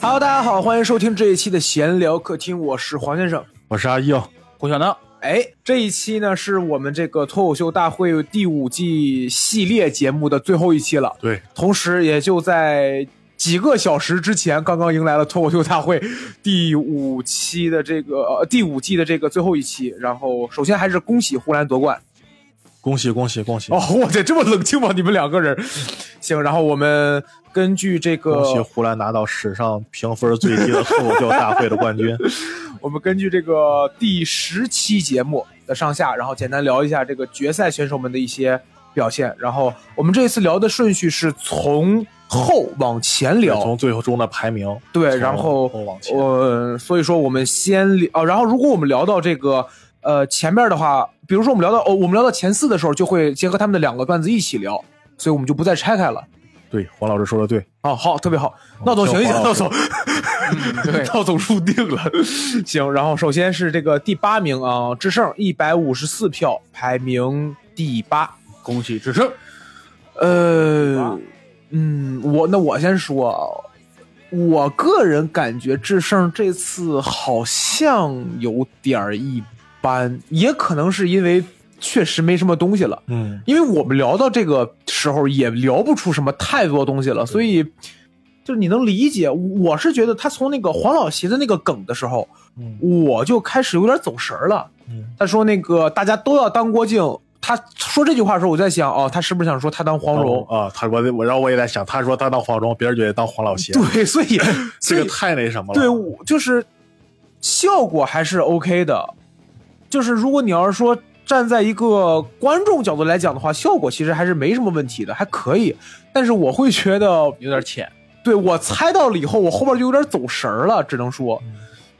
Hello，大家好，欢迎收听这一期的闲聊客厅，我是黄先生。我是阿硬，胡小闹，哎，这一期呢是我们这个脱口秀大会第五季系列节目的最后一期了，对，同时也就在几个小时之前，刚刚迎来了脱口秀大会第五期的这个、呃、第五季的这个最后一期。然后，首先还是恭喜呼兰夺 冠。恭喜恭喜恭喜！哦，我天，这么冷静吗？你们两个人？行，然后我们根据这恭喜个，湖南拿到史上评分最低的脱口秀大会的冠 军。我们根据这个第十期节目的上下，然后简单聊一下这个决赛选手们的一些表现。然后我们这次聊的顺序是从后往前聊，从最后中的排名，对，从然后后往前呃，所以说我们先聊，哦然后如果我们聊到这个。呃，前面的话，比如说我们聊到哦，我们聊到前四的时候，就会结合他们的两个段子一起聊，所以我们就不再拆开了。对黄老师说的对，哦，好，特别好。闹总听醒一醒，黄闹老师 总，对闹总入定了。 行，然后首先是这个第八名啊，智胜一百五十四票，排名第八。恭喜智胜，呃，嗯，我那我先说啊，我个人感觉智胜这次好像有点儿一般，也可能是因为确实没什么东西了。嗯，因为我们聊到这个时候也聊不出什么太多东西了，所以就是你能理解。我是觉得他从那个黄老邪的那个梗的时候，嗯我就开始有点走神儿了。嗯，他说那个大家都要当郭靖，他说这句话的时候，我在想哦，他是不是想说他当黄蓉？啊，他我我然后我也在想，他说他当黄蓉，别人觉得当黄老邪，对，所以这个所以太那什么了。对，我就是效果还是 OK 的。就是如果你要是说站在一个观众角度来讲的话，效果其实还是没什么问题的，还可以。但是我会觉得，有点浅，对我猜到了以后，我后边就有点走神儿了，只能说。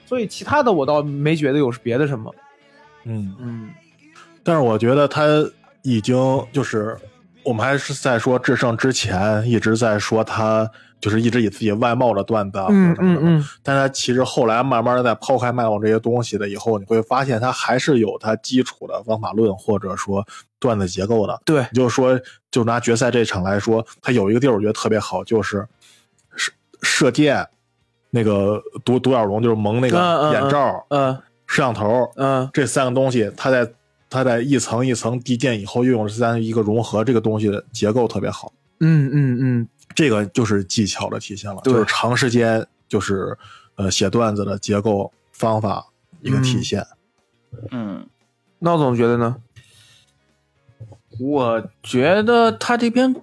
所以其他的我倒没觉得有别的什么。嗯，嗯，但是我觉得他已经就是我们还是在说智胜之前一直在说他。就是一直以自己外貌的段子啊，嗯或者什么什么嗯嗯但他其实后来慢慢的在抛开卖网这些东西的以后，你会发现他还是有他基础的方法论或者说段子结构的。对，你就说，就拿决赛这场来说，他有一个地儿我觉得特别好，就是射射箭，那个独独角龙就是蒙嗯那嗯个嗯眼罩、嗯摄像头嗯这三个东西，他在他在一层一层递进以后，运用这三一个融合，这个东西的结构特别好。嗯嗯嗯，这个就是技巧的体现了，对就是长时间就是呃写段子的结构方法一个体现。嗯，闹总觉得呢？我觉得他这篇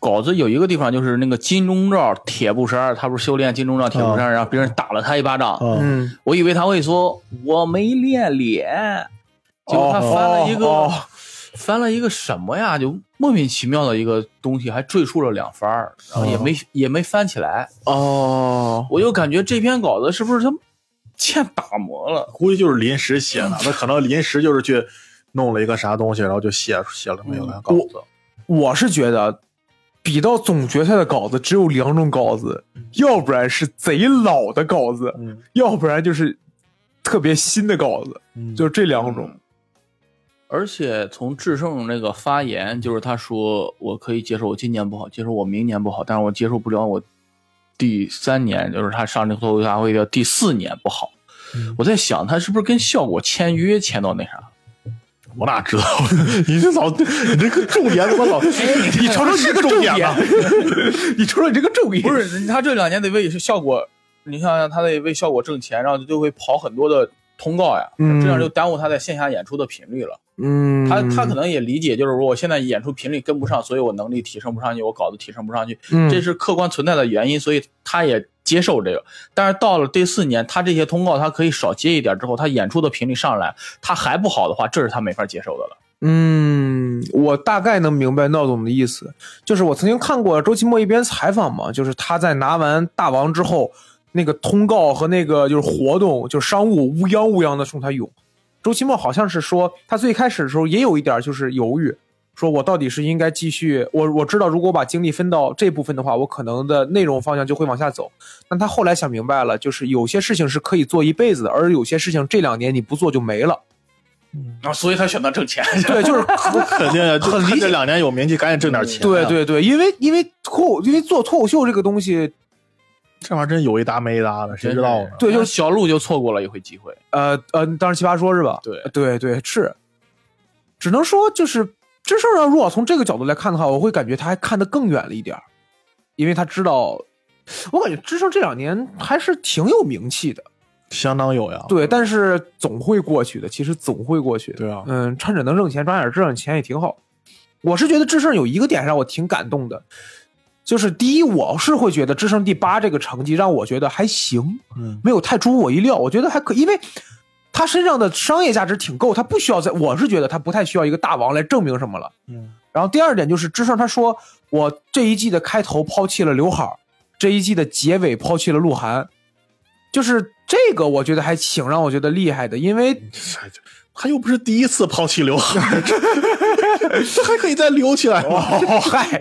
稿子有一个地方就是那个金钟罩铁布衫，他不是修炼金钟罩铁布啊衫，然后别人打了他一巴掌，嗯，嗯，我以为他会说我没练脸，结果他哦翻了一个、哦翻了一个什么呀，就莫名其妙的一个东西，还赘述了两番儿，然后也啊没、也没翻起来，哦，我就感觉这篇稿子是不是他欠打磨了？估计就是临时写的，那可能临时就是去弄了一个啥东西，然后就写写了没有那稿子。嗯我是觉得，比到总决赛的稿子只有两种稿子，嗯要不然是贼老的稿子，嗯要不然就是特别新的稿子，嗯就是这两种。而且从智胜那个发言，就是他说我可以接受我今年不好，接受我明年不好，但是我接受不了我第三年，就是他上这个脱口秀大会的第四年不好。嗯我在想，他是不是跟效果签约签到那啥？我哪知道？ 你这老你这个重点怎么老？哎你哎瞅瞅你这个重点吧。 你瞅瞅你这个重音，啊不是，他这两年得为效果，你想想，他得为效果挣钱，然后就会跑很多的通告呀，嗯这样就耽误他在线下演出的频率了。嗯，他他可能也理解，就是说我现在演出频率跟不上，所以我能力提升不上去，我稿子提升不上去，能这是客观存在的原因，所以他也接受这个。但是到了第四年，他这些通告他可以少接一点之后，他演出的频率上来，他还不好的话，这是他没法接受的了。嗯，我大概能明白闹总的意思，就是我曾经看过周奇墨一篇采访嘛，就是他在拿完大王之后，那个通告和那个就是活动，就是商务乌泱乌泱的冲他涌。周奇墨好像是说，他最开始的时候也有一点就是犹豫，说我到底是应该继续，我我知道如果我把精力分到这部分的话，我可能的内容方向就会往下走。但他后来想明白了，就是有些事情是可以做一辈子的，而有些事情这两年你不做就没了。啊，所以他选择挣钱。对，就是 肯定啊，就很理解看这两年有名气，赶紧挣点钱啊。对对对，因为因为脱口因为做脱口秀这个东西，这玩意儿真有一搭没一搭的，谁知道呢？对就是小鹿就错过了一回机会。呃呃，当时奇葩说是吧？对对对是，只能说就是这事儿上，如果从这个角度来看的话，我会感觉他还看得更远了一点儿，因为他知道，我感觉智胜这两年还是挺有名气的，相当有呀。对，但是总会过去的，其实总会过去的。对啊嗯，趁着能挣钱，抓点挣点钱也挺好。我是觉得智胜有一个点让我挺感动的，就是第一，我是会觉得智胜第八这个成绩让我觉得还行，嗯，没有太出乎我意料，我觉得还可，因为他身上的商业价值挺够，他不需要在，我是觉得他不太需要一个大王来证明什么了。嗯然后第二点就是，之上他说我这一季的开头抛弃了刘海儿，这一季的结尾抛弃了鹿晗，就是这个我觉得还挺让我觉得厉害的，因 为哎这他又不是第一次抛弃刘海， 这这还可以再留起来 吗？哦哎嗨，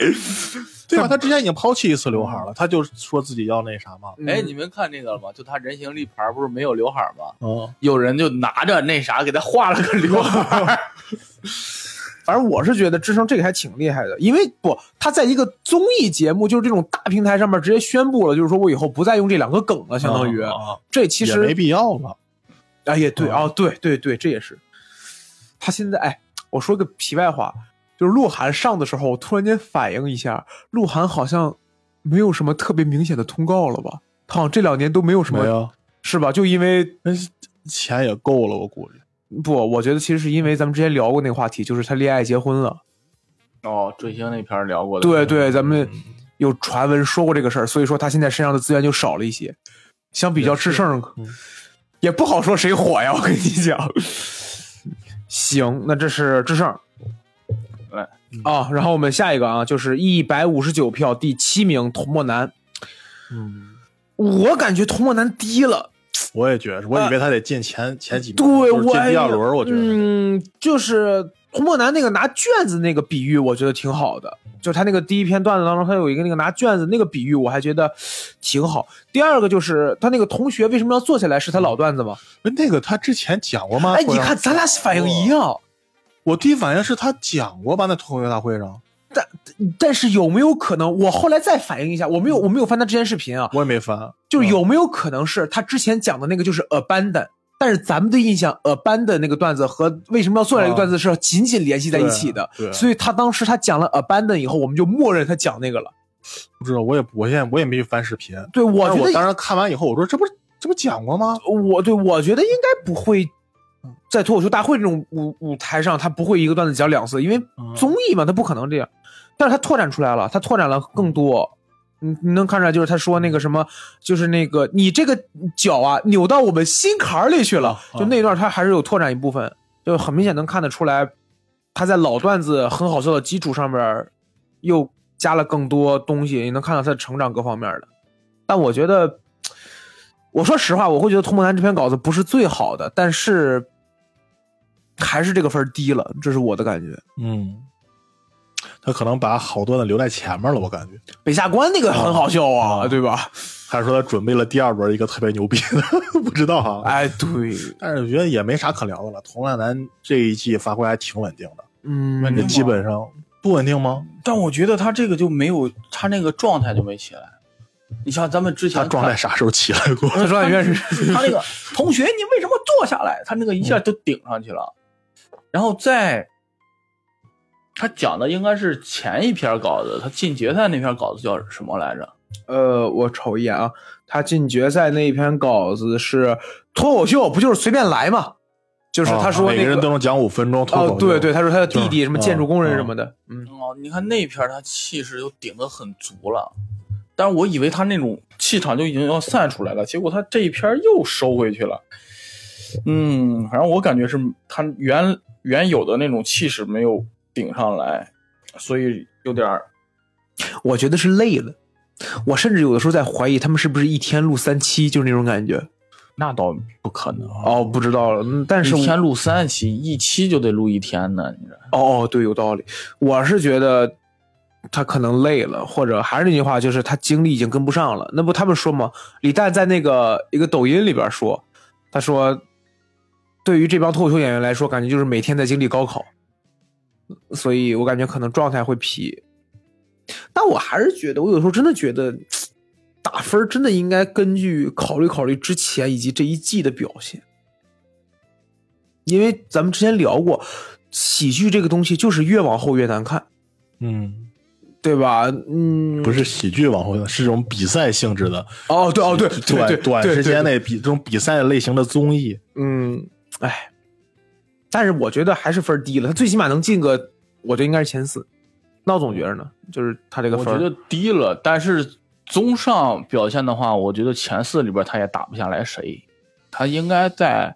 对啊吧？他之前已经抛弃一次刘海了，他就说自己要那啥嘛。哎，你们看那个了吗？就他人形立牌不是没有刘海儿吗？哦嗯，有人就拿着那啥给他画了个刘海儿， 反正我是觉得智胜这个还挺厉害的，因为不，他在一个综艺节目，就是这种大平台上面直接宣布了，就是说我以后不再用这两个梗了，相当于、啊这其也实没必要了。啊，也对嗯啊、哦，对对对，这也是。他现在，哎，我说个题外话，就是鹿晗上的时候，我突然间反应一下，鹿晗好像没有什么特别明显的通告了吧？他好像这两年都没有什没么，有，是吧？就因为那钱也够了，我估计。不，我觉得其实是因为咱们之前聊过那个话题，就是他恋爱结婚了。哦，追星那篇儿聊过的，对对，咱们有传闻说过这个事儿，所以说他现在身上的资源就少了一些。相比较智胜，嗯也不好说谁火呀。我跟你讲，行，那这是智胜。来啊，然后我们下一个啊，就是一百五十九票第七名童墨南，嗯，我感觉童墨南低了。我也觉得，我以为他得进前前几名，啊对，就是我进也第二轮，我觉得。嗯，就是童墨南那个拿卷子那个比喻，我觉得挺好的。就是他那个第一篇段子当中，他有一个那个拿卷子那个比喻，我还觉得挺好。第二个就是他那个同学为什么要坐下来，是他老段子吗？那个他之前讲过吗？哎，你看咱俩反应一样，我第一反应是他讲过吧，那同学大会上，但是有没有可能？我后来再反应一下，我没有我没有翻他之前视频啊，我也没翻。就是有没有可能是他之前讲的那个就是 abandon，但是咱们的印象 abandon 那个段子和为什么要做这个段子是紧紧联系在一起的，对对所以他当时他讲了 abandon 以后，我们就默认他讲那个了。不知道，我也我现在我也没去翻视频。对，我但觉是得我当时看完以后，我说这不是这不讲过吗？我对我觉得应该不会。在脱口秀大会这种舞舞台上，他不会一个段子讲两次，因为嗯综艺嘛，他不可能这样。但是他拓展出来了，他拓展了更多。你你能看出来，就是他说那个什么，就是那个你这个脚啊扭到我们心坎儿里去了，啊就那段他还是有拓展一部分，就很明显能看得出来，他在老段子很好笑的基础上边儿又加了更多东西，你能看到他的成长各方面的。但我觉得，我说实话，我会觉得《童梦男》这篇稿子不是最好的，但是还是这个分儿低了，这是我的感觉。嗯，他可能把好多的留在前面了，我感觉。北下关那个哦很好笑啊，啊对吧？还是说他准备了第二轮一个特别牛逼的， 不知道哈、哎， 对，但是我觉得也没啥可聊的了。童烂男这一季发挥还挺稳定的，嗯稳也定吗基本上不稳定吗？但我觉得他这个就没有他那个状态就没起来。你像咱们之前他状态看啥时候起来过？ 他说院士， 他那个同学，你为什么坐下来？他那个一下就顶上去了，然后再他讲的应该是前一篇稿子，他进决赛那篇稿子叫什么来着？呃，我瞅一眼啊，他进决赛那一篇稿子是脱口秀，不就是随便来嘛？就是他啊说那每个人都能讲五分钟脱口秀、哦，对对，他说他的弟弟就是什么建筑工人什么的，嗯，哦，你看那篇他气势就顶得很足了，但是我以为他那种气场就已经要散出来了，结果他这一篇又收回去了。嗯，反正我感觉是他原原有的那种气势没有顶上来，所以有点儿我觉得是累了。我甚至有的时候在怀疑他们是不是一天录三期，就是那种感觉。那倒不可能啊。哦，不知道了，嗯但是一我天录三期，一期就得录一天呢。你这哦哦，对，有道理。我是觉得他可能累了，或者还是那句话，就是他精力已经跟不上了。那不他们说吗？李诞在那个一个抖音里边说，他说，对于这帮脱口秀演员来说，感觉就是每天在经历高考，所以我感觉可能状态会疲。但我还是觉得，我有时候真的觉得，打分真的应该根据考虑考虑之前以及这一季的表现，因为咱们之前聊过，喜剧这个东西就是越往后越难看，嗯，对吧？嗯，不是喜剧往后，是这种比赛性质的，哦，对哦，对对对短对，短对时对间内比这种比赛类型的综艺，嗯，哎，但是我觉得还是分儿低了，他最起码能进个，我觉得应该是前四。闹总觉着呢，就是他这个我分觉儿，得低了，但是综上表现的话，我觉得前四里边他也打不下来谁，他应该在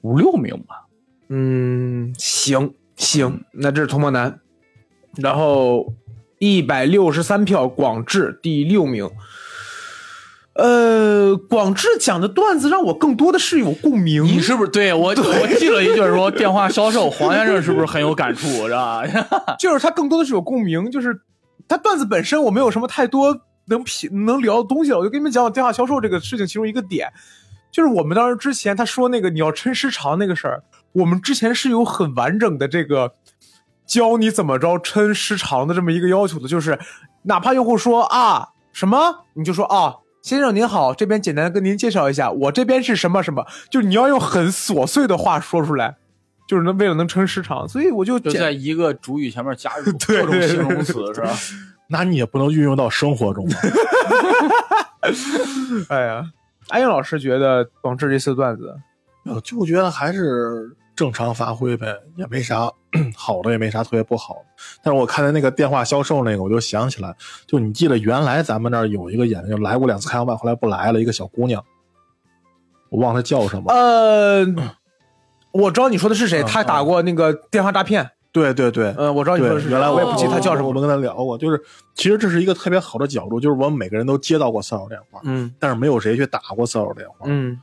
五六名吧。嗯，行行，那这是童梦男，然后一百六十三票，广智第六名。呃，广智讲的段子让我更多的是有共鸣。你是不是对 我我记了一句 说电话销售黄先生是不是很有感触是 吧？就是他更多的是有共鸣，就是他段子本身我没有什么太多能品能聊的东西了，我就跟你们讲讲电话销售这个事情其中一个点，就是我们当时之前他说那个你要抻时长那个事儿，我们之前是有很完整的这个教你怎么着抻时长的这么一个要求的，就是哪怕用户说啊什么，你就说啊。先生您好，这边简单地跟您介绍一下，我这边是什么什么，就是你要用很琐碎的话说出来，就是能为了能撑时长，所以我就就简在一个主语前面加入 对各种形容词是吧？那你也不能运用到生活中。哎呀，安英老师觉得广智这次段子，我呃就觉得还是正常发挥呗，也没啥好的，也没啥特别不好的。但是我看的那个电话销售那个，我就想起来，就你记得原来咱们那儿有一个演员就来过两次开放麦，后来不来了，一个小姑娘，我忘了她叫什么。呃，我知道你说的是谁，嗯他打过那个电话诈骗，对对对，嗯，我知道你对说的是，谁，原来我也不记得他叫什我么们了，跟他聊过，就是其实这是一个特别好的角度，就是我们每个人都接到过骚扰电话，嗯但是没有谁去打过骚扰电话。嗯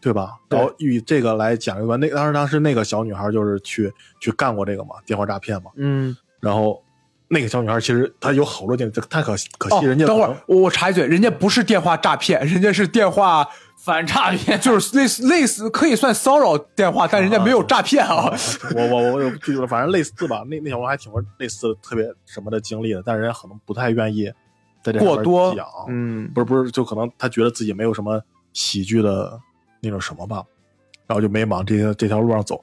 对吧？对然后以这个来讲一段，那当时当时那个小女孩就是去去干过这个嘛，电话诈骗嘛。嗯，然后那个小女孩其实她有好多点，她可可哦惜人家、等会儿我我查一嘴，人家不是电话诈骗，人家是电话。反差 片就是类似类似可以算骚扰电话，但人家没有诈骗啊。我我我有记住了，反正类似吧。那那小孩还挺多类似特别什么的经历的，但是人家可能不太愿意在这上 面过多讲，嗯不是不是，就可能他觉得自己没有什么喜剧的那种什么吧，然后就没往这条这条路上走。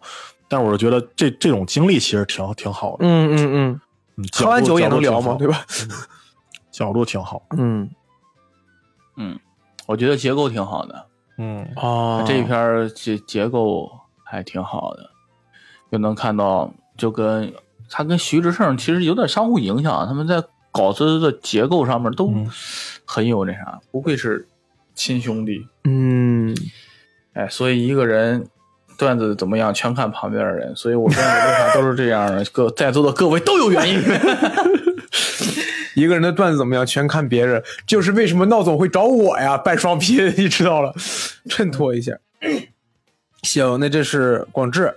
但是我是觉得这这种经历其实挺挺好的，嗯嗯嗯，嗯，喝完角酒度也能聊嘛，对？角度挺好吧？角度挺好，嗯 我觉得结构挺好的，嗯，哦这一篇儿结结构还挺好的，就能看到，就跟他跟徐志胜其实有点相互影响，他们在稿子的结构上面都嗯很有那啥，不愧是亲兄弟，嗯，哎，所以一个人段子怎么样，全看旁边的人，所以我段子为啥都是这样的， 各在座的各位都有原因。一个人的段子怎么样，全看别人。就是为什么闹总会找我呀，办双拼，你知道了，衬托一下。行，那这是广智，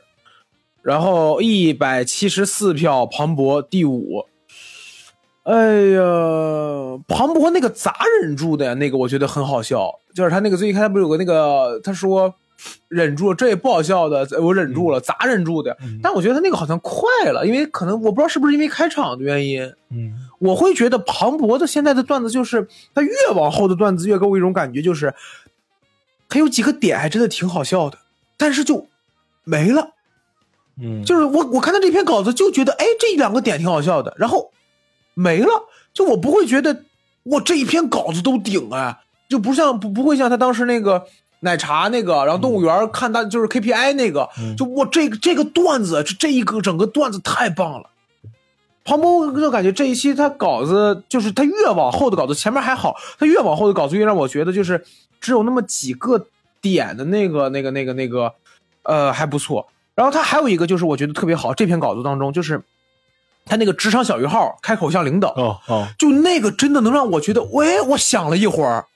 然后一百七十四票，庞博第五。哎呀，庞博那个咋忍住的呀？那个我觉得很好笑，就是他那个最一开始不是有个那个，他说忍住了，这也不好笑的，我忍住了，咋忍住的？但我觉得他那个好像快了，因为可能我不知道是不是因为开场的原因，嗯我会觉得庞博的现在的段子就是，他越往后的段子越给我一种感觉，就是他有几个点还真的挺好笑的，但是就没了。嗯，就是我我看他这篇稿子就觉得，哎，这两个点挺好笑的，然后没了，就我不会觉得我这一篇稿子都顶啊，就不像不不会像他当时那个奶茶那个，然后动物园看他就是 KPI 那个，嗯就我这个这个段子这这一个整个段子太棒了。庞博就感觉这一期他稿子就是他越往后的稿子前面还好，他越往后的稿子越让我觉得就是只有那么几个点的那个那个那个那个呃还不错。然后他还有一个就是我觉得特别好，这篇稿子当中就是他那个职场小于号开口向领导，哦哦，就那个真的能让我觉得，喂，我想了一会儿，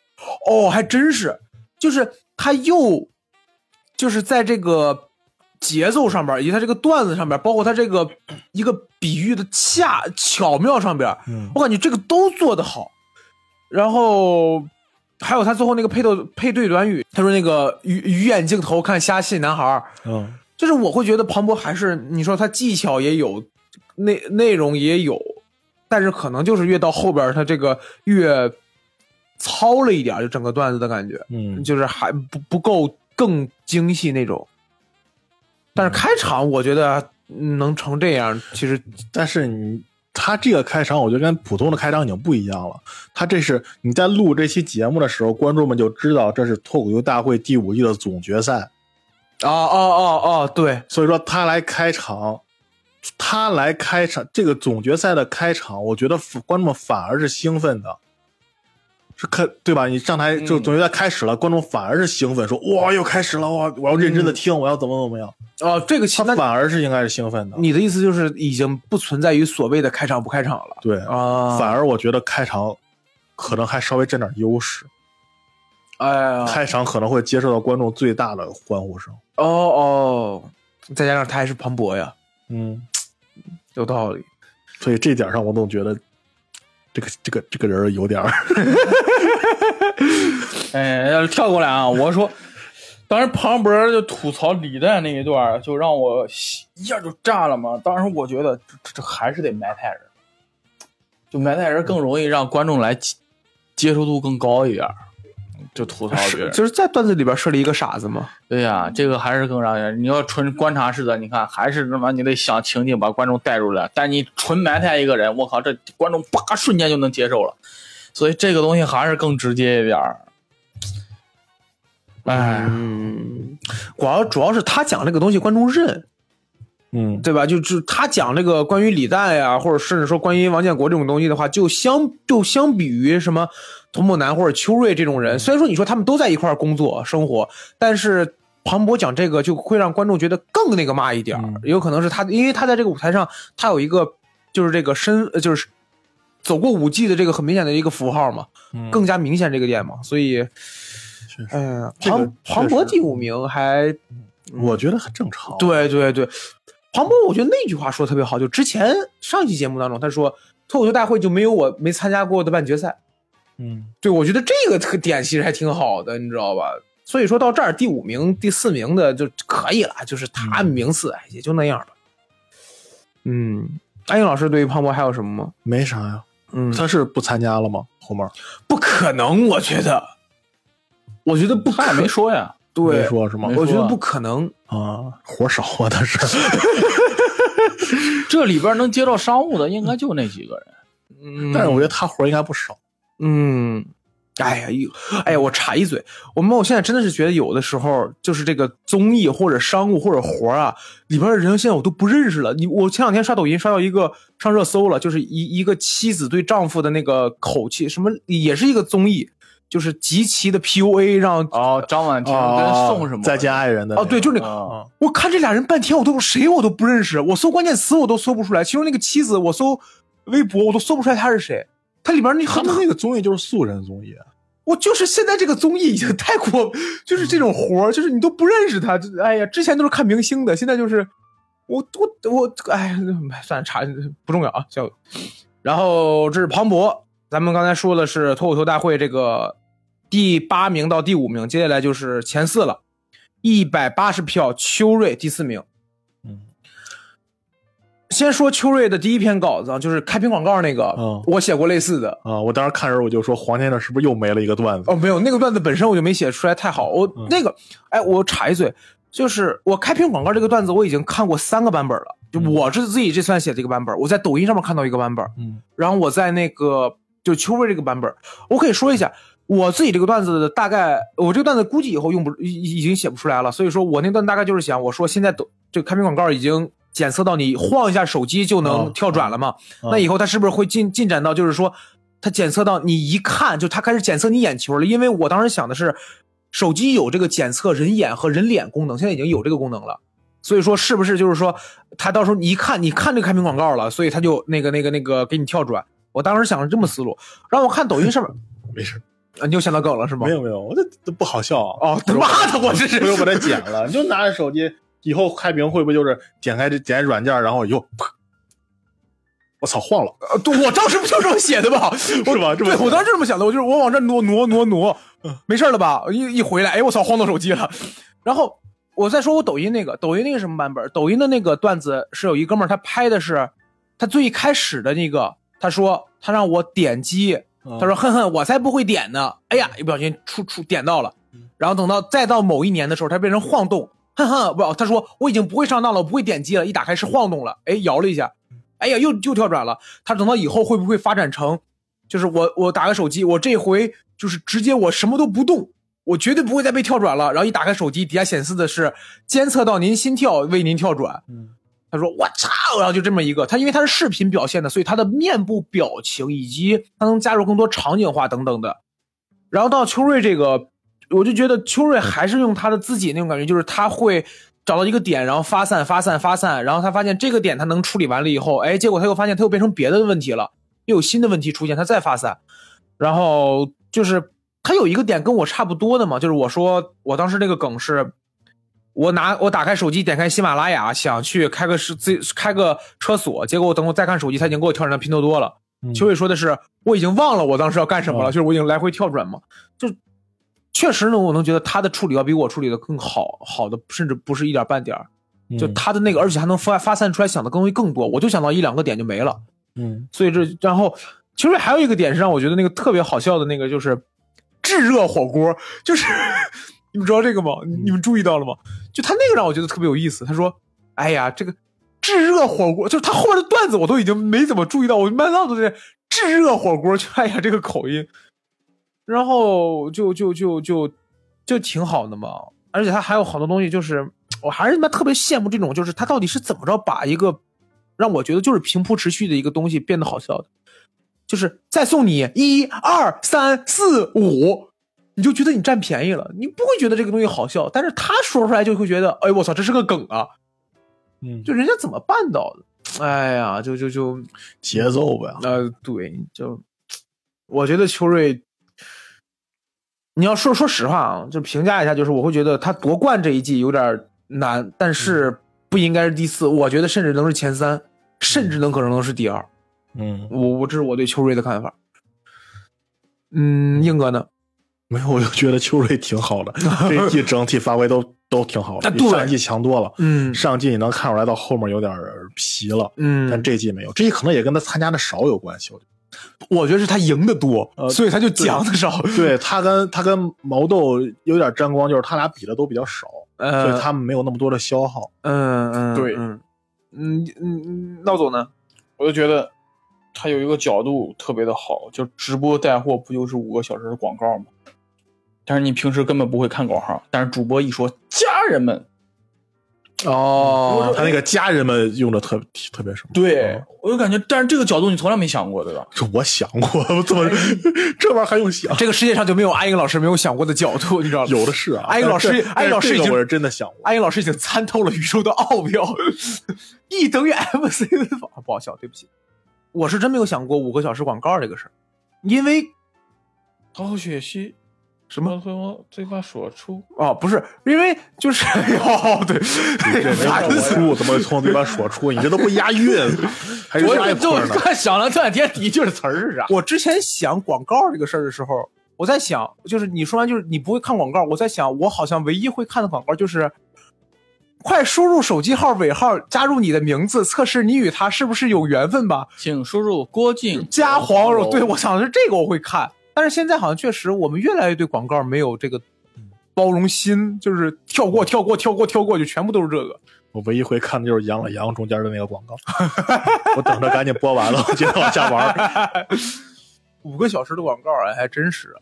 哦，还真是，就是他又就是在这个节奏上边儿，以及他这个段子上边儿，包括他这个一个比喻的恰巧妙上边儿，嗯我感觉这个都做得好。然后还有他最后那个配对配对短语，他说那个鱼鱼眼镜头看虾戏男孩儿，嗯就是我会觉得庞博还是你说他技巧也有，内内容也有，但是可能就是越到后边儿他这个越糙了一点儿，就整个段子的感觉，嗯，就是还不不够更精细那种。但是开场我觉得嗯能成这样，其实但是你他这个开场，我觉得跟普通的开场已经不一样了。他这是你在录这期节目的时候，观众们就知道这是脱口秀大会第五季的总决赛，哦哦哦哦，对，所以说他来开场，他来开场这个总决赛的开场，我觉得观众们反而是兴奋的，是看对吧？你上台就嗯总决赛开始了，观众反而是兴奋，说哇又开始了，哇我要认真的嗯听，我要怎么怎么样，哦，这个其他那反而是应该是兴奋的。你的意思就是已经不存在于所谓的开场不开场了对，啊？反而我觉得开场可能还稍微占点优势，哎呀，开场可能会接受到观众最大的欢呼声。哦哦，再加上他还是庞博呀，嗯，有道理。所以这点上我总觉得这个这个这个人有点儿 哎，要是跳过来啊，我说，当时庞博就吐槽李诞那一段儿，就让我一下就炸了嘛。当时我觉得这这这还是得埋汰人，就埋汰人更容易让观众来接接受度更高一点儿，就吐槽别是人。就是在段子里边设立一个傻子嘛。对呀、这个还是更让人，你要纯观察式的，你看还是他妈你得想情景把观众带入来，但你纯埋汰一个人，我靠，这观众啪瞬间就能接受了，所以这个东西还是更直接一点儿。哎，嗯，主要主要是他讲这个东西，观众认，嗯对吧？就就他讲这个关于李诞呀，或者甚至说关于王建国这种东西的话，就相就相比于什么童漠南或者邱瑞这种嗯人，虽然说你说他们都在一块儿工作生活，但是。庞博讲这个就会让观众觉得更那个嘛一点儿嗯，也有可能是他，因为他在这个舞台上，他有一个就是这个身，呃就是走过五 G 的这个很明显的一个符号嘛，嗯更加明显这个点嘛，所以，哎呀，这个庞确庞博实第五名还我觉得很正常。，对对对，庞博我觉得那句话说的特别好，就之前上一期节目当中他说脱口秀大会就没有我没参加过的半决赛，嗯，对我觉得这个特点其实还挺好的，你知道吧？所以说到这儿第五名、第四名的就可以了，就是嗯他名次哎也就那样吧。嗯，安英老师对于庞博还有什么吗？没啥呀。嗯，他是不参加了吗？后面不可能，我觉得，我觉得不他可也没说呀，没对，说是吗没？我觉得说不可能。啊，活少啊，他是这里边能接到商务的应该就那几个人。嗯，但是我觉得他活应该不少。嗯，哎呀，一哎呀，我插一嘴，我们我现在真的是觉得有的时候就是这个综艺或者商务或者活儿啊，里边的人现在我都不认识了。你我前两天刷抖音刷到一个上热搜了，就是一一个妻子对丈夫的那个口气，什么也是一个综艺，就是极其的 PUA 让。哦，张婉婷跟宋什么再见爱人的那哦，个啊对，就是那个，啊我看这俩人半天，我都谁我都不认识，我搜关键词我都搜不出来。其中那个妻子，我搜微博我都搜不出来她是谁。她里边那他很们那个综艺就是素人综艺，啊我就是现在这个综艺已经太过，就是这嗯种活儿，就是你都不认识他，就哎呀，之前都是看明星的，现在就是我我我，哎，算了，查不重要啊，叫。然后这是庞博，咱们刚才说的是脱口秀大会这个第八名到第五名，接下来就是前四了，一百八十票，秋瑞第四名。嗯，先说秋瑞的第一篇稿子啊，就是开屏广告那个，嗯我写过类似的，啊，我当时看的时候我就说黄天乐是不是又没了一个段子？哦，没有那个段子本身我就没写出来太好，我、嗯那个，哎，我插一嘴，就是我开屏广告这个段子我已经看过三个版本了，就嗯我是自己这算写这个版本，我在抖音上面看到一个版本，嗯然后我在那个就秋瑞这个版本，我可以说一下我自己这个段子的大概，我这个段子估计以后用不已已已经写不出来了，所以说我那段大概就是想我说现在抖这个开屏广告已经检测到你晃一下手机就哦能跳转了嘛，哦那以后它是不是会进进展到就是说它检测到你一看就它开始检测你眼球了？因为我当时想的是手机有这个检测人眼和人脸功能，现在已经有这个功能了。所以说，是不是就是说，他到时候你一看，你看这个开屏广告了，所以他就那个那个那个给你跳转。我当时想是这么思路，让我看抖音上面，没事，啊，你又想到梗了是吗？没有没有，我这这不好笑啊。哦，他妈的，我这是不用把它剪 了，你就拿着手机，以后开屏会不会就是点开这点开软件，然后又，啪我操晃了，呃 对，我当时不就这么写的吗？我 是吧这么对，我当时就这么想的，我就是我往这挪挪挪挪，没事了吧？一一回来，哎，我操，晃到手机了。然后我再说我抖音那个，抖音那个什么版本？抖音的那个段子是有一哥们儿他拍的是，他最一开始的那个，他说他让我点击他说：“恨恨，我才不会点呢！哎呀，一不小心出出点到了，然后等到再到某一年的时候，它变成晃动。恨恨，不，他说我已经不会上当了，我不会点击了，一打开是晃动了，哎，摇了一下，哎呀，又又跳转了。他等到以后会不会发展成，就是我我打开手机，我这回就是直接我什么都不动，我绝对不会再被跳转了。然后一打开手机，底下显示的是监测到您心跳，为您跳转。”嗯他说我操，然后就这么一个，他因为他是视频表现的，所以他的面部表情以及他能加入更多场景化等等的。然后到秋瑞这个，我就觉得秋瑞还是用他的自己那种感觉，就是他会找到一个点，然后发散、发散、发散，然后他发现这个点他能处理完了以后，哎，结果他又发现他又变成别的问题了，又有新的问题出现，他再发散，然后就是他有一个点跟我差不多的嘛，就是我说我当时那个梗是，我拿我打开手机，点开喜马拉雅，想去开个是自开个车锁，结果我等我再看手机，他已经给我跳转到拼多多了。嗯秋伟说的是，我已经忘了我当时要干什么了，哦就是我已经来回跳转嘛，就确实呢，我能觉得他的处理要比我处理的更好，好的甚至不是一点半点儿，就嗯他的那个，而且还能发发散出来想的东西更多，我就想到一两个点就没了。嗯所以这然后其实还有一个点是让我觉得那个特别好笑的那个就是炙热火锅，就是 你们知道这个吗？你们注意到了吗？就他那个让我觉得特别有意思。他说：“哎呀，这个炙热火锅，就是他后面的段子我都已经没怎么注意到，我满脑子是炙热火锅，就哎呀这个口音，然后就就就就就挺好的嘛。而且他还有好多东西，就是我还是他妈特别羡慕这种，就是他到底是怎么着把一个让我觉得就是平铺持续的一个东西变得好笑的，就是再送你一二三四五，你就觉得你占便宜了，你不会觉得这个东西好笑，但是他说出来就会觉得，哎我操，这是个梗啊！嗯，就人家怎么办到的？哎呀，就就就，节奏呗，呃，对，就我觉得秋瑞，你要说说实话啊，就评价一下，就是我会觉得他夺冠这一季有点难，但是不应该是第四，我觉得甚至能是前三，甚至能可能能是第二。嗯，我我这是我对秋瑞的看法。嗯，硬哥呢？没有，我就觉得秋瑞挺好 的，这一季整体发挥都都挺好的，啊比对上一季强多了。嗯上季你能看出来到后面有点儿皮了，嗯，但这季没有，这季可能也跟他参加的少有关系。我觉 得我觉得是他赢的多，呃所以他就讲的少。对他跟他跟毛豆有点沾光，就是他俩比的都比较少，所呃以，他们没有那么多的消耗。嗯嗯，对嗯嗯嗯嗯，闹总呢？我就觉得他有一个角度特别的好，就直播带货不就是五个小时的广告吗？但是你平时根本不会看广告，但是主播一说家人们，哦嗯他那个家人们用的特特别什么？对我就感觉，但是这个角度你从来没想过，对吧？这我想过，我怎么哎 这玩意儿还用想？这个世界上就没有阿英老师没有想过的角度，你知道吗？有的是啊，哎老师但是哎老师已但是这经个我是真的想过。阿英老师已经参透了宇宙的奥妙，E 等于 mc 的法，不好笑，对不起，我是真没有想过五个小时广告这个事儿，因为逃后雪溪什么？会往嘴巴说出，哦，不是，因为就是， 哦，对，这烦 没死了。出，怎么从嘴巴说出？你这都不押 韵，还是押我一就块儿呢？刚想了这两天，你句的词儿是啥？我之前想广告这个事儿的时候，我在想，就是你说完就是你不会看广告，我在想，我好像唯一会看的广告就是，快输入手机号尾号，加入你的名字，测试你与他是不是有缘分吧。 请输入郭 靖加黄蓉蓉，对我想的是这个我会看，但是现在好像确实我们越来越对广告没有这个包容心，就是跳过跳过跳过跳过，就全部都是这个。我唯一会看的就是羊了羊中间的那个广告， 我等着赶紧播完了，我接着往下玩 儿。五个小时的广告，哎，还真是。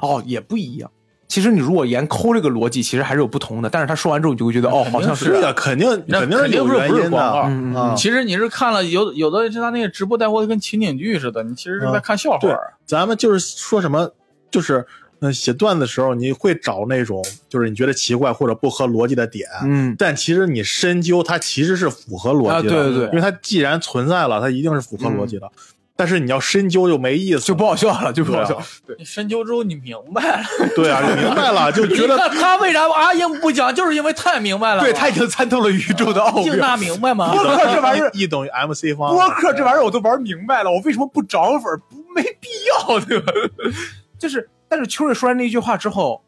哦，也不一样。其实你如果严抠这个逻辑，其实还是有不同的。但是他说完之后，你就会觉得哦，好像对呀，啊肯定那定是有肯定不是原因不是广告的。嗯嗯啊嗯其实你是看了有有的是他那个直播带货的跟情景剧似的，你其实是在看笑话嗯对儿。，啊咱们就是说什么，就是嗯，写段子的时候你会找那种就是你觉得奇怪或者不合逻辑的点，嗯但其实你深究它其实是符合逻辑的，啊对对对因为它既然存在了，它一定是符合逻辑的。但是你要深究就没意思，就不好笑了，就不好笑。你深究之后，你明白了。对啊，你明白 了就觉你得看他为啥阿英不讲，就是因为太明白了。对他已经参透了宇宙的奥净妙。大明白吗？播客这玩意儿， E 等于 MC 方啊播客这玩意儿我都玩明白了，我为什么不涨 粉儿？不没必要，对吧？就是，但是秋瑞说完那句话之后，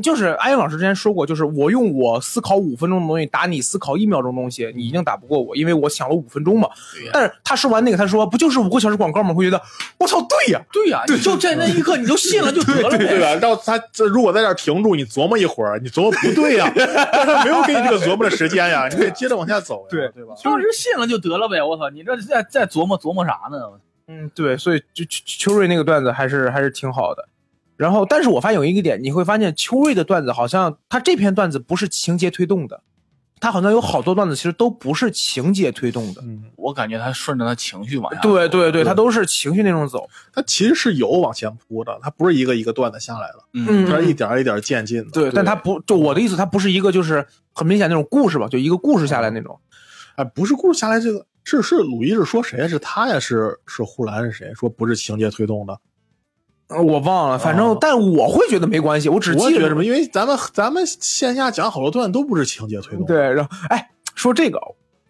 就是安英老师之前说过，就是我用我思考五分钟的东西打你思考一秒钟的东西，你一定打不过我，因为我想了五分钟嘛。对呀但是他说完那个，他说不就是五个小时广告吗？会觉得我操，对呀、对呀、你就在那一刻你就信了就得了呗。对吧？啊然后他这如果在这儿停住，你琢磨一会儿，你琢磨不 对呀、但是他没有给你这个琢磨的时间呀，你得接着往下走呀，对对吧？当时信了就得了呗。我操，你这再再琢磨琢磨啥呢？嗯，对，所以就秋秋瑞那个段子还是还是挺好的。然后，但是我发现有一个点，你会发现秋瑞的段子好像他这篇段子不是情节推动的，他好像有好多段子其实都不是情节推动的。嗯，我感觉他顺着他情绪往下。对对对，他都是情绪那种走。他其实是有往前铺的，他不是一个一个段子下来的，嗯他是一点儿一点儿渐进的。对，但他不就我的意思，他不是一个就是很明显那种故事吧，就一个故事下来那种。哎，不是故事下来这个是是鲁伊是说谁呀？是他呀？是是呼兰是谁？说不是情节推动的，呃我忘了，反正、哦但我会觉得没关系，我只我记觉着得什么？因为咱们咱们线下讲好多段都不是情节推动的，对，然后哎，说这个，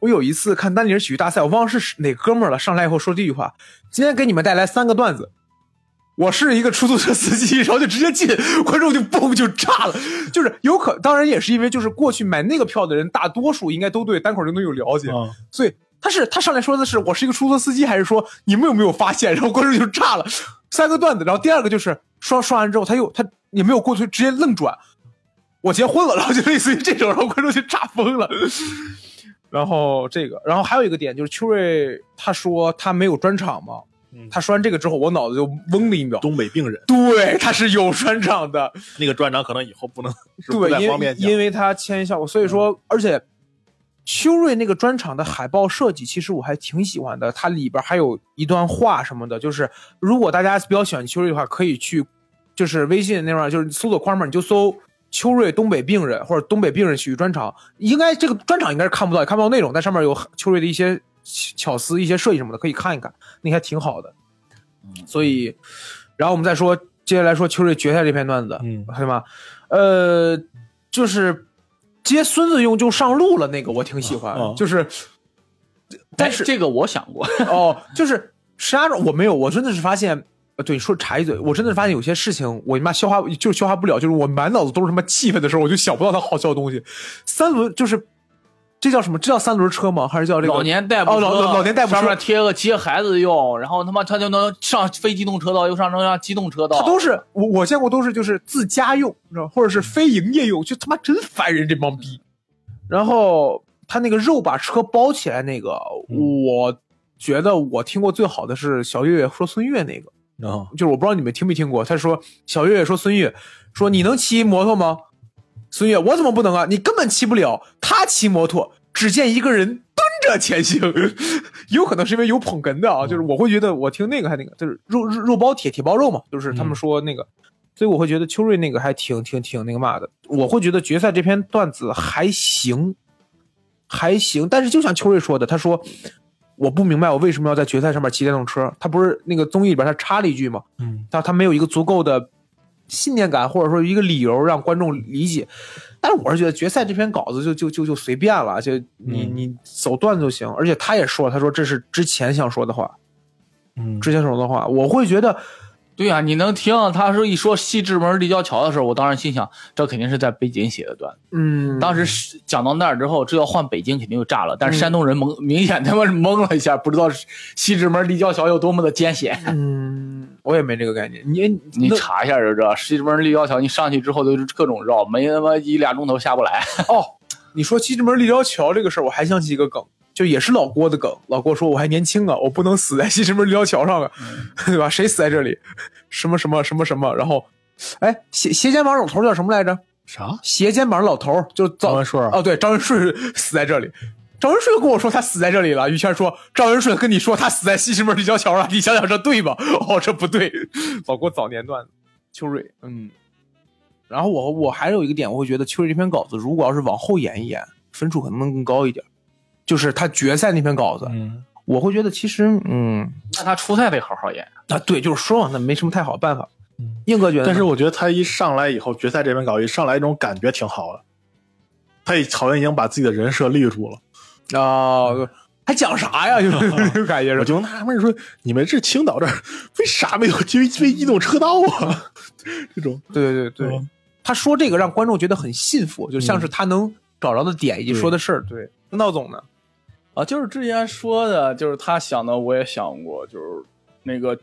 我有一次看丹尼尔喜剧大赛，我忘了是哪哥们儿了，上来以后说这句话：“今天给你们带来三个段子。”我是一个出租车司机，然后就直接进，观众就嘣就炸了，就是有可，当然也是因为就是过去买那个票的人，大多数应该都对单口这个东西有了解，啊，所以他是他上来说的是我是一个出租车司机，还是说你们有没有发现？然后观众就炸了，三个段子，然后第二个就是刷刷完之后他又他也没有过去，直接愣转， 我结婚了，然后就类似于这种，然后观众就炸疯了。然后这个，然后还有一个点就是秋瑞他说他没有专场嘛，嗯他说完这个之后，我脑子就嗡了一秒。东北病人对，他是有专场的，那个专长可能以后不能是不对，太因方为便讲嗯因为他签效果，所以说，而且秋瑞那个专场的海报设计，其实我还挺喜欢的。它里边还有一段话什么的，就是如果大家比较喜欢秋瑞的话，可以去就是微信那块就是搜索框嘛，你就搜。秋瑞东北病人或者东北病人喜剧专场，应该这个专场应该是看不到，也看不到内容，但上面有秋瑞的一些巧思、一些设计什么的，可以看一看，那还挺好的。嗯所以，然后我们再说，接下来说秋瑞决赛这篇段子，嗯对吗？呃，就是接孙子用就上路了那个，我挺喜欢，啊啊就是但是这个我想过，哦，就是石家庄我没有，我真的是发现。呃对，说插一嘴，我真的是发现有些事情我他妈消化就是消化不了，就是我满脑子都是他妈气愤的时候，我就想不到他好笑的东西。三轮就是这叫什么？这叫三轮车吗？还是叫这个老年代步车哦老老老年代步车上面贴个接孩子用，然后他妈他就能上非机动车道，又上能上机动车道，他都是我我见过都是就是自家用，你知道，或者是非营业用，就他妈真烦人这帮逼。然后他那个肉把车包起来那个，嗯我觉得我听过最好的是小岳岳说孙越那个，啊，就是我不知道你们听没听过，他说小岳岳说孙越说你能骑摩托吗？孙越我怎么不能啊？你根本骑不了，他骑摩托，只见一个人。蹲着前行， 有可能是因为有捧哏的啊，就是我会觉得我听那个还那个，就是肉肉肉包铁，铁包肉嘛，就是他们说那个，所以我会觉得秋瑞那个还挺挺挺那个嘛的，我会觉得决赛这篇段子还行，还行，但是就像秋瑞说的，他说我不明白我为什么要在决赛上面骑电动车，他不是那个综艺里边他插了一句嘛，嗯，他他没有一个足够的信念感，或者说一个理由让观众理解。但是我是觉得决赛这篇稿子就就就就随便了，就你、嗯你走段就行。而且他也说了，他说这是之前想说的话，嗯之前想说的话，我会觉得对呀、你能听他说一说西直门立交桥的时候，我当时心想，这肯定是在北京写的段。嗯，当时是讲到那儿之后，这要换北京肯定就炸了。但嗯是山东人蒙明显他妈是懵了一下，不知道西直门立交桥有多么的艰险。嗯，我也没这个概念。你你那查一下就知道，西直门立交桥你上去之后就是各种绕，没他妈一俩钟头下不来。哦，你说西直门立交桥这个事儿，我还想起一个梗，就也是老郭的梗。老郭说我还年轻啊，我不能死在西直门立交桥上啊， 对吧？谁死在这里？什么什么什么什么？然后，哎，斜斜肩膀老头叫什么来着？啥？斜肩膀老头儿就张早文顺啊，哦，对，张文顺死在这里。张文顺跟我说他死在这里了。于谦说张文顺跟你说他死在西直门立交桥了，你想想这对吗？哦，这不对。老郭早年段子，秋瑞，嗯。然后我我还有一个点，我会觉得秋瑞这篇稿子如果要是往后延一延，分数可能能更高一点。就是他决赛那篇稿子，嗯，我会觉得其实嗯那他初赛得好好演。啊对，就是说嘛，那没什么太好办法嗯。硬哥觉得呢，但是我觉得他一上来以后，决赛这边搞一上来，这种感觉挺好的。他已好像已经把自己的人设立住了。啊、还讲啥呀？就是这 种感觉是我吧。就纳闷说，你们这青 岛这儿为啥没有机机动车道啊？这种对对对，嗯他说这个让观众觉得很信服，就嗯像是他能找着的点以及说的事儿。对，闹总呢？ 啊，就是之前说的，就是他想的，我也想过，就是那个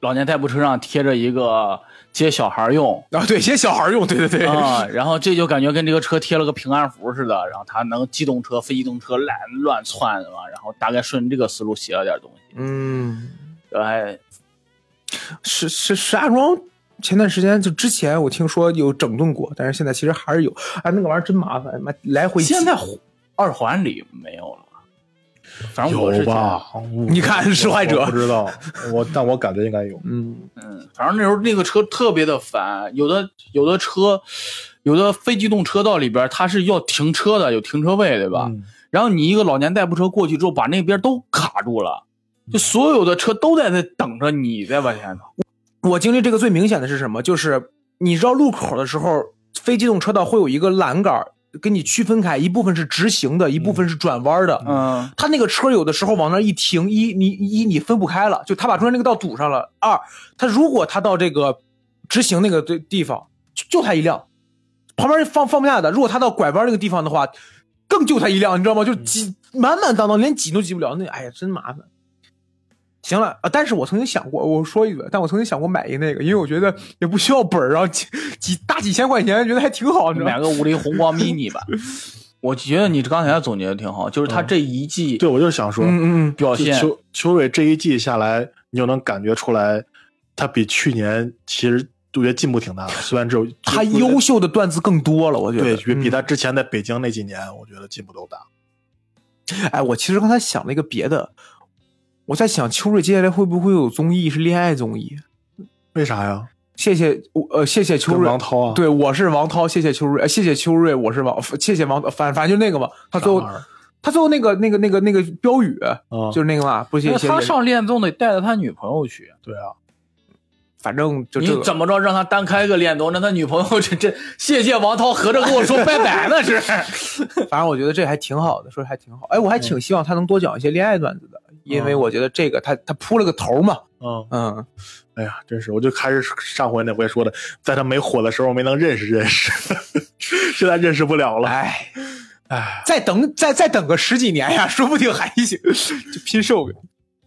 老年代步车上贴着一个接小孩用啊，对，写小孩儿用，对对对，啊、然后这就感觉跟这个车贴了个平安符似的，然后他能机动车、非机动车乱乱窜嘛，然后大概顺这个思路写了点东西，嗯，哎，石石石家庄前段时间就之前我听说有整顿过，但是现在其实还是有。哎，那个玩意儿真麻烦，妈来回现在二环里没有了吧，反正我是有觉得吧？你看受害者我不知道，我但我感觉应该有。嗯，嗯，反正那时候那个车特别的烦，有的有的车，有的非机动车道里边它是要停车的，有停车位，对啊吧？嗯然后你一个老年代步车过去之后，把那边都卡住了，嗯就所有的车都在那等着你在往前走。我经历这个最明显的是什么？就是你绕路口的时候，非机动车道会有一个栏杆儿给你区分开，一部分是直行的，一部分是转弯的。嗯他那个车有的时候往那儿一停，一你一你分不开了，就他把中间那个道堵上了。二，他如果他到这个直行那个地地方，就就他一辆，旁边放放不下的。如果他到拐弯那个地方的话，更就他一辆，你知道吗？就嗯挤满满当当，连挤都挤不了。那哎呀，真麻烦。行了啊，但是我曾经想过，我说一个，但我曾经想过买一那个，因为我觉得也不需要本儿，然后啊几几大几千块钱，觉得还挺好，你知道买吗？个五菱宏光 mini 吧。我觉得你刚才总结的挺好，就是他这一季对，我就是想说，嗯嗯表就现，秋秋瑞这一季下来，你就能感觉出来，他比去年其实我觉得进步挺大的，虽然只有他优秀的段子更多了，我觉得对比比嗯他之前在北京那几年，我觉得进步都大。哎，我其实刚才想了一个别的，我在想秋瑞接下来会不会有综艺是恋爱综艺？为啥呀？谢谢我呃，谢谢秋跟瑞，王涛啊，对，我是王涛，谢谢秋瑞，呃谢谢秋瑞，我是王，谢谢王，反反正就那个嘛，他啥最后玩意儿，他最后那个那个那个那个标语、啊，就是那个嘛，不谢因为谢，他上恋综得带着他女朋友去，对啊，反正就这你个。怎么着让他单开个恋综？那他女朋友 这这谢谢王涛，合着跟我说拜拜呢是。反正我觉得这还挺好的，说还挺好。哎，我还挺希望他能多讲一些恋爱段子的，因为嗯我觉得这个他他铺了个头嘛，嗯，嗯，哎呀，真是，我就还是上回那回说的，在他没火的时候没能认识认识， 现在认识不了了。哎，哎，再等再再等个十几年呀， 说不定还行，就拼寿命。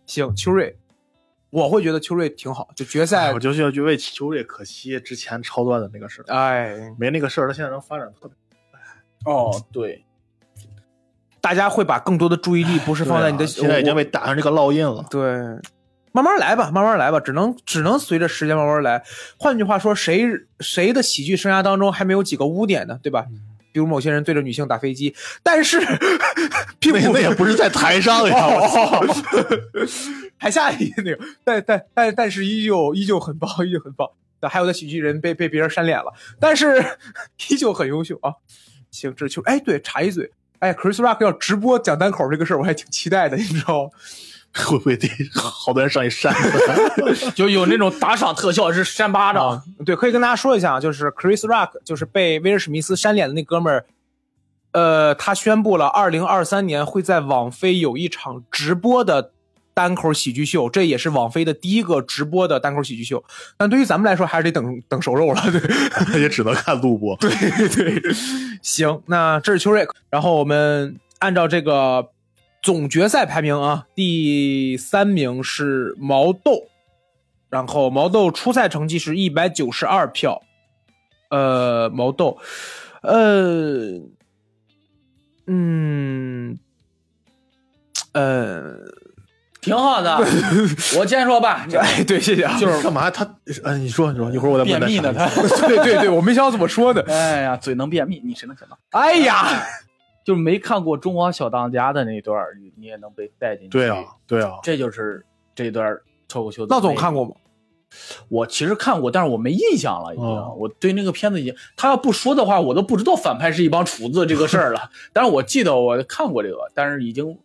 行，秋瑞，我会觉得秋瑞挺好，就决赛哎我，就觉得为秋瑞可惜之前超段的那个事儿，哎，没那个事儿，他现在能发展特别。哦，对，大家会把更多的注意力不是放在你的，对啊现在已经被打上这个烙印 了。对，慢慢来吧，慢慢来吧，只能只能随着时间慢慢来。换句话说，谁谁的喜剧生涯当中还没有几个污点呢，对吧？嗯比如某些人对着女性打飞机，但是 并那不那也不是在台上呀，我操哦，台下一那个，但但但但是依旧依旧很棒，依旧很棒。那还有的喜剧人被被别人扇脸了，但是依旧很优秀啊。行，这就哎对，插一嘴，哎，Chris Rock 要直播讲单口这个事儿，我还挺期待的，你知道吗？会不会得好多人上去扇他？ 就有那种打赏特效是扇巴掌，对，可以跟大家说一下，啊，就是 Chris Rock，就是被威尔史密斯扇脸的那哥们儿，呃，他宣布了二零二三年会在网飞有一场直播的单口喜剧秀，这也是网飞的第一个直播的单口喜剧秀。但对于咱们来说，还是得等等熟肉了。对，也只能看录播。对对，行，那这是秋瑞，然后我们按照这个总决赛排名啊，第三名是毛豆，然后毛豆初赛成绩是一百九十二票，呃，毛豆，呃，嗯，呃，挺好的。我先说吧， 这哎，对，谢谢啊，就是干嘛？他呃，你说你说，一会儿我再便问秘呢啥他意思。。对对对，我没想到怎么说的，哎呀，嘴能便秘，你谁能想到？ 哎呀，就是没看过《中华小当家》的那段儿，你你也能被带进去。对啊，，对啊，这就是这段儿脱口秀。那总看，过吗？我其实看过，但是我没印象了，已经。哦我对那个片子已经，他要不说的话，我都不知道反派是一帮厨子这个事儿了。 但是我记得我看过这个，但是已经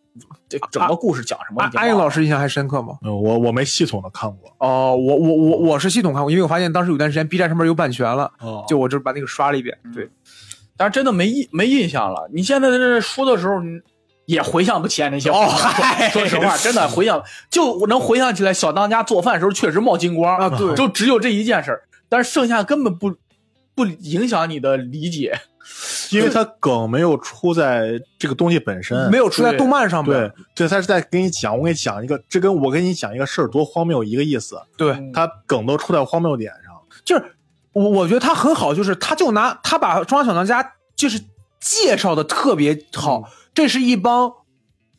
这整个故事讲什么安已经忘安啊了。逸老师印象还深刻吗？嗯我我没系统的看过。哦，我我我我是系统看过，因为我发现当时有段时间 B 站上面有版权了，哦就我就把那个刷了一遍。对，但是真的没印没印象了。你现在在这说的时候，你也回想不起来那些话。哦嗨 说实话，真的回想就我能回想起来，小当家做饭的时候确实冒金光啊对就只有这一件事儿，但是剩下根本不不影响你的理解。因为它梗没有出在这个东西本身，没有出在动漫上面对。对，它是在给你讲，我给你讲一个，这跟我给你讲一个事儿多荒谬一个意思。对，它梗都出在荒谬点上，就是我我觉得他很好，就是他就拿他把《中华小当家》就是介绍的特别好，这是一帮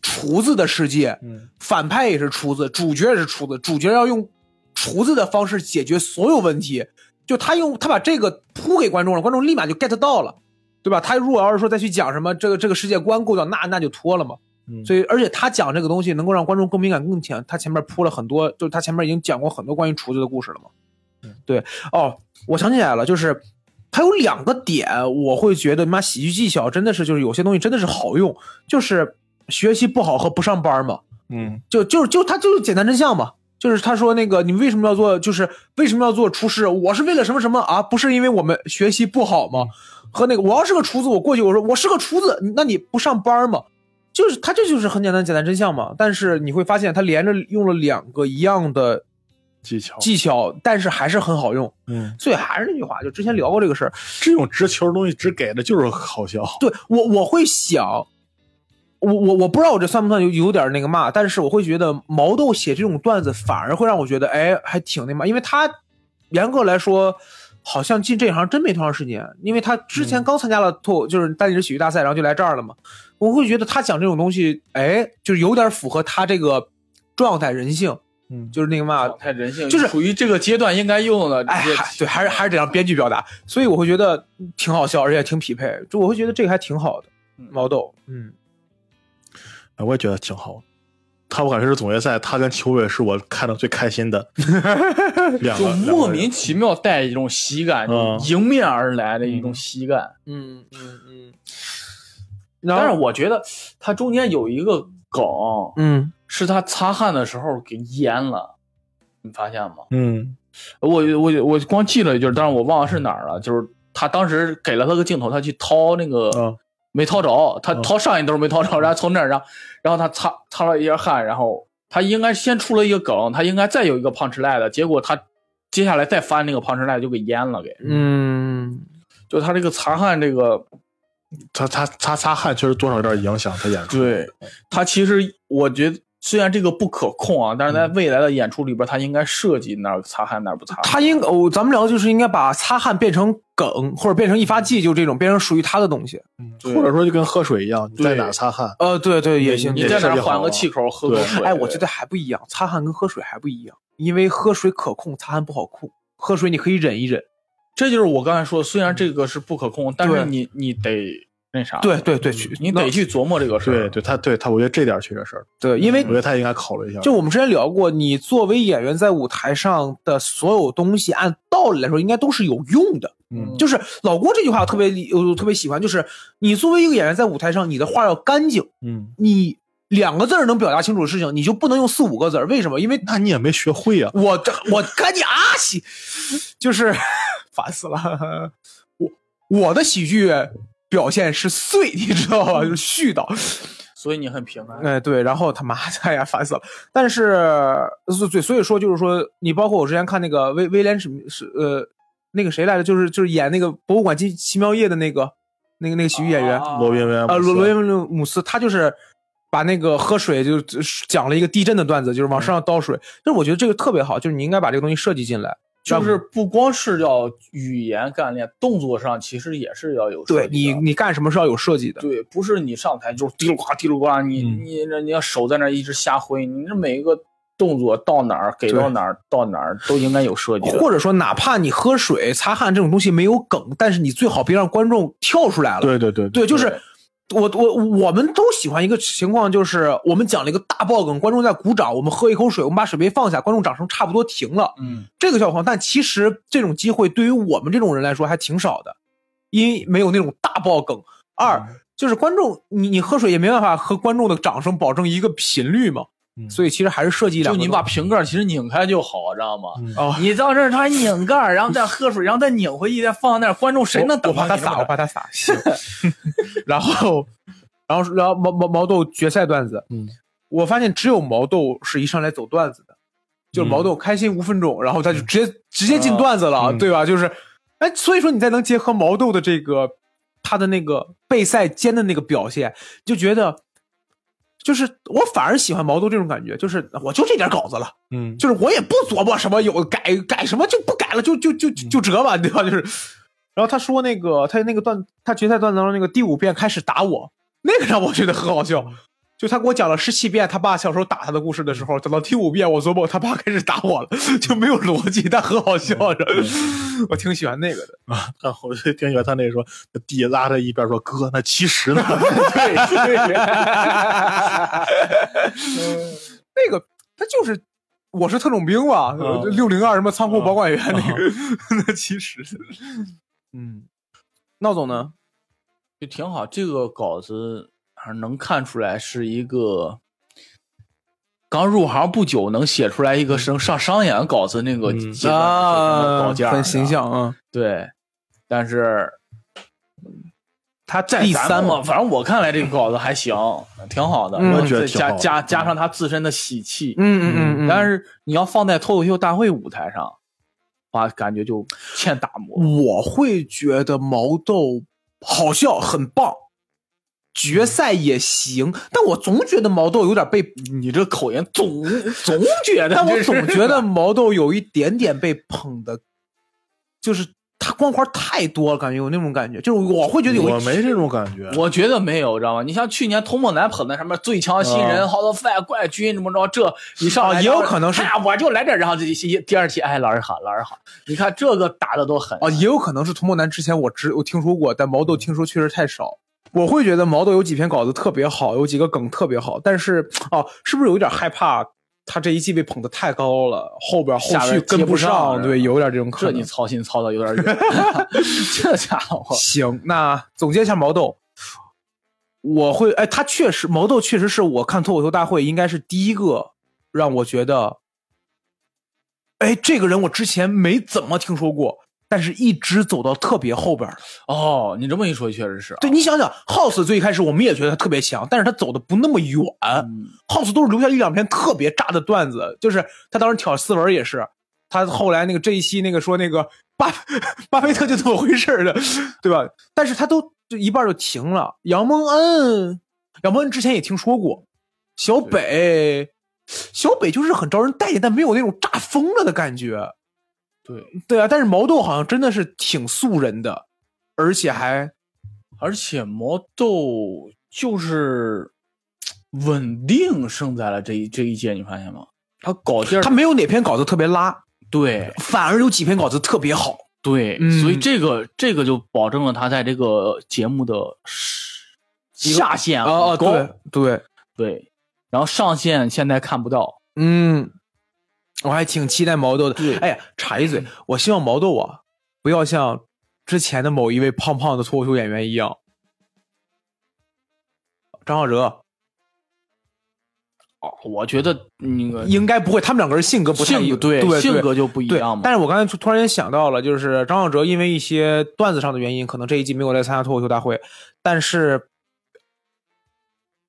厨子的世界，嗯，反派也是厨子，主角也是厨子，主角要用厨子的方式解决所有问题。就他用他把这个铺给观众了，观众立马就 get 到了，对吧？他如果要是说再去讲什么这个这个世界观构造，那那就脱了嘛。所以以，而且他讲这个东西能够让观众更敏感、更强。他前面铺了很多，就是他前面已经讲过很多关于厨子的故事了嘛。对，哦，我想起来了，就是还有两个点，我会觉得妈喜剧技巧真的是就是有些东西真的是好用，就是学习不好和不上班嘛，嗯，就就就他就是简单真相嘛。就是他说那个，你为什么要做？就是为什么要做厨师？我是为了什么什么啊？不是因为我们学习不好吗？和那个，我要是个厨子，我过去我说我是个厨子，那你不上班吗？就是他这就是很简单简单真相嘛。但是你会发现他连着用了两个一样的技巧，技巧，但是还是很好用。嗯，所以还是那句话，就之前聊过这个事儿，这种直球的东西只给的就是好笑，对我我会想。我我我不知道我这算不算有有点那个嘛，但是我会觉得毛豆写这种段子反而会让我觉得，哎，还挺那嘛，因为他严格来说，好像进这行真没多长时间，因为他之前刚参加了脱口，就是单立人喜剧大赛，然后就来这儿了嘛。我会觉得他讲这种东西，哎，就是有点符合他这个状态人性，嗯，就是那个嘛，啊太人性就是处于这个阶段应该用的。哎，这还对，还是还是得让编剧表达，所以我会觉得挺好笑，而且挺匹配，就我会觉得这个还挺好的，嗯毛豆，嗯，哎我也觉得挺好。他我感觉是总决赛，他跟邱伟是我看的最开心的两就个，莫两个名人其妙带一种喜感，嗯就迎面而来的一种喜感。嗯嗯嗯。但然是后，我觉得它中间有一个梗，嗯，是他擦汗的时候给淹了，你发现吗？嗯我我我光记了一句，但是我忘了是哪儿了。就是他当时给了他个镜头，他去掏那个、啊没掏着，他嗯掏上一兜没掏着，然后从那儿然后然后他擦擦了一下汗，然后他应该先出了一个梗，他应该再有一个 punch line 的，结果他接下来再翻那个 punch line 就给淹了给，嗯，就他这个擦汗这个他他擦擦汗确实多少有点影响他演出。对他其实我觉得。虽然这个不可控啊，但是在未来的演出里边，他应该设计哪儿擦汗哪儿不擦汗。嗯他应哦，咱们聊的就是应该把擦汗变成梗，或者变成一发剂，就这种变成属于他的东西。对或者说就跟喝水一样，你在对哪擦汗，呃，对对，也行。你对在哪设儿计好缓啊个了气口，喝口对水。哎，我觉得还不一样，擦汗跟喝水还不一样，因为喝水可控，擦汗不好控。喝水你可以忍一忍。这就是我刚才说，虽然这个是不可控，但是你你得那啥，嗯对，对对，去嗯你那得去琢磨这个事对儿。对，他对他，我觉得这点确实是，对，因为我嗯觉得他应该考虑一下。嗯就我嗯们之前聊过，你作为演员在舞台上的所有东西，按道理来说应该都是有用的。嗯就是老郭这句话我特别理我特别喜欢，就是你作为一个演员在舞台上，你的话要干净，嗯，你两个字儿能表达清楚的事情，你就不能用四五个字儿。为什么？因为那你也没学会啊呀、我这我干你啊喜，就是烦死了。我我的喜剧表现是碎，你知道吧？就是絮叨。所以你很平安。哎，对，然后他妈的，哎呀，烦死了。但是，所对，所以说就是说，你包括我之前看那个威威廉史密是呃，那个谁来着，就是就是演那个《博物馆奇奇妙夜》的那个那个那个喜剧演啊员，罗宾威廉姆斯呃，罗罗宾威姆斯，他就是把那个喝水就就讲了一个地震的段子，就是往身上倒水。就是我觉得这个特别好，就是你应该把这个东西设计进来。就是不光是要语言干练，动作上其实也是要有设对计你，的。你干什么是要有设计的。对，不是你上台就是滴噜呱滴噜呱，你嗯你那你要手在那儿一直瞎挥，你这每一个动作到哪儿给到哪儿到哪儿都应该有设计的。或者说，哪怕你喝水、擦汗这种东西没有梗，但是你最好别让观众跳出来了。对对对对，就是对我我我们都喜欢一个情况，就是我们讲了一个大爆梗，观众在鼓掌，我们喝一口水，我们把水杯放下，观众掌声差不多停了，嗯，这个叫况。但其实这种机会对于我们这种人来说还挺少的，因为没有那种大爆梗。二、嗯就是观众，你你喝水也没办法和观众的掌声保证一个频率嘛，嗯所以其实还是设计两个就东你西。把瓶盖儿其实拧开就好，啊知道吗？嗯哦，你到这儿他拧盖儿，然后再喝水，然后再拧回去，再放那儿，观众谁能等我怕他撒，我怕他撒。行 然后，然后，然后毛毛毛豆决赛段子，嗯，我发现只有毛豆是一上来走嗯啊段子的，就是毛豆开心五分钟，然后他就直接直接进段子了，嗯对吧？就是哎，所以说你再能结合毛豆的这个他的那个备赛间的那个表现，就觉得就是我反而喜欢毛豆这种感觉，就是我就这点稿子了，嗯，就是我也不琢磨什么有改改什么就不改了，就就就就折吧，对吧？就是，然后他说那个他那个段他决赛段当中那个第五遍开始打我，那个让我觉得很好笑。就他给我讲了十七遍他爸小时候打他的故事的时候，等到第五遍我琢磨他爸开始打我了，就没有逻辑，但很好笑，我挺喜欢那个的。然后我就听见他那说，弟拉他一边说：“哥，那其实呢？对对，那个他就是我是特种兵吧，嗯六零二什么仓库保管员那个，那其实 嗯，闹总呢，就挺好。这个稿子还是能看出来是一个刚入行不久能写出来一个上上商演稿子那个嗯阶段的时候的稿件儿啊很形的象啊。对，但是他在第咱三们嘛，反正我看来这个稿子还行，挺好的。嗯我我觉得再挺加好的加加上他自身的喜气，嗯嗯嗯嗯，但是你要放在脱口秀大会舞台上，哇，感觉就欠打磨。我会觉得毛豆好笑，很棒。决赛也行，但我总觉得毛豆有点 被，你这口音 总总觉得，但我总觉得毛豆有一点点被捧的，就是他光环太多了，感觉有那种感觉，就是我会觉得有一我没这种感觉。 我觉得没有，知道吗？你像去年童梦楠捧的什么最强新人、啊 Hot of Five、怪军怎么着，这一嗯上啊来也有可能是哎呀我就来这儿，然后这一第二期，哎，老师好，老师好，你看这个打的都狠啊，也有可能是涂墨男之前我只我听说过，但毛豆听说确实太少。我会觉得毛豆有几篇稿子特别好，有几个梗特别好，但是哦、是不是有点害怕他这一季被捧得太高了，后边后下边续跟接不上上？是吧对，有点这种这可你能。操心操的有点远， 这 家伙，行，那总结一下毛豆，我会哎，他确实毛豆确实是我看脱口秀大会应该是第一个让我觉得，哎，这个人我之前没怎么听说过，但是一直走到特别后边儿。哦，你这么一说，确实是啊，对你想想，House 最开始我们也觉得他特别强，但是他走的不那么远。嗯 House 都是留下一两篇特别炸的段子，就是他当时挑斯文也是，他后来那个这一期那个说那个巴 巴菲特就这么回事儿的，对吧？但是他都就一半就停了。杨蒙恩，杨蒙恩之前也听说过，小北，小北就是很招人待见，但没有那种炸疯了的感觉。对，对啊，但是毛豆好像真的是挺素人的，而且还而且魔豆就是稳定胜在了这一这一届，你发现吗？他稿件儿他没有哪篇稿子特别拉。对反而有几篇稿子特别好。对，嗯所以这个这个就保证了他在这个节目的下限啊很哦哦，高对对，对，然后上限现在看不到，嗯，我还挺期待毛豆对嗯的。哎呀，插一嘴，我希望毛豆啊，不要像之前的某一位胖胖的脱口秀演员一样，张浩哲哦我觉得那个应该不会，他们两个人性格不太一嗯性格对对性格就不一对样，嘛。但是我刚才突突然间想到了，就是张小哲因为一些段子上的原因，可能这一季没有来参加脱口秀大会，但是，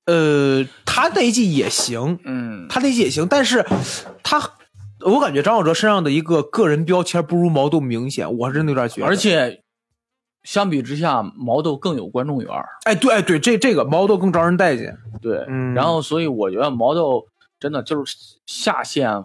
呃，他那一季也行，嗯，他那季也行，但是他，我感觉张小哲身上的一个个人标签不如毛豆明显，我是真的有点觉得。而，且相比之下，毛豆更有观众缘儿。哎，对，哎，对，这这个毛豆更招人待见。对，嗯然后所以我觉得毛豆真的就是下限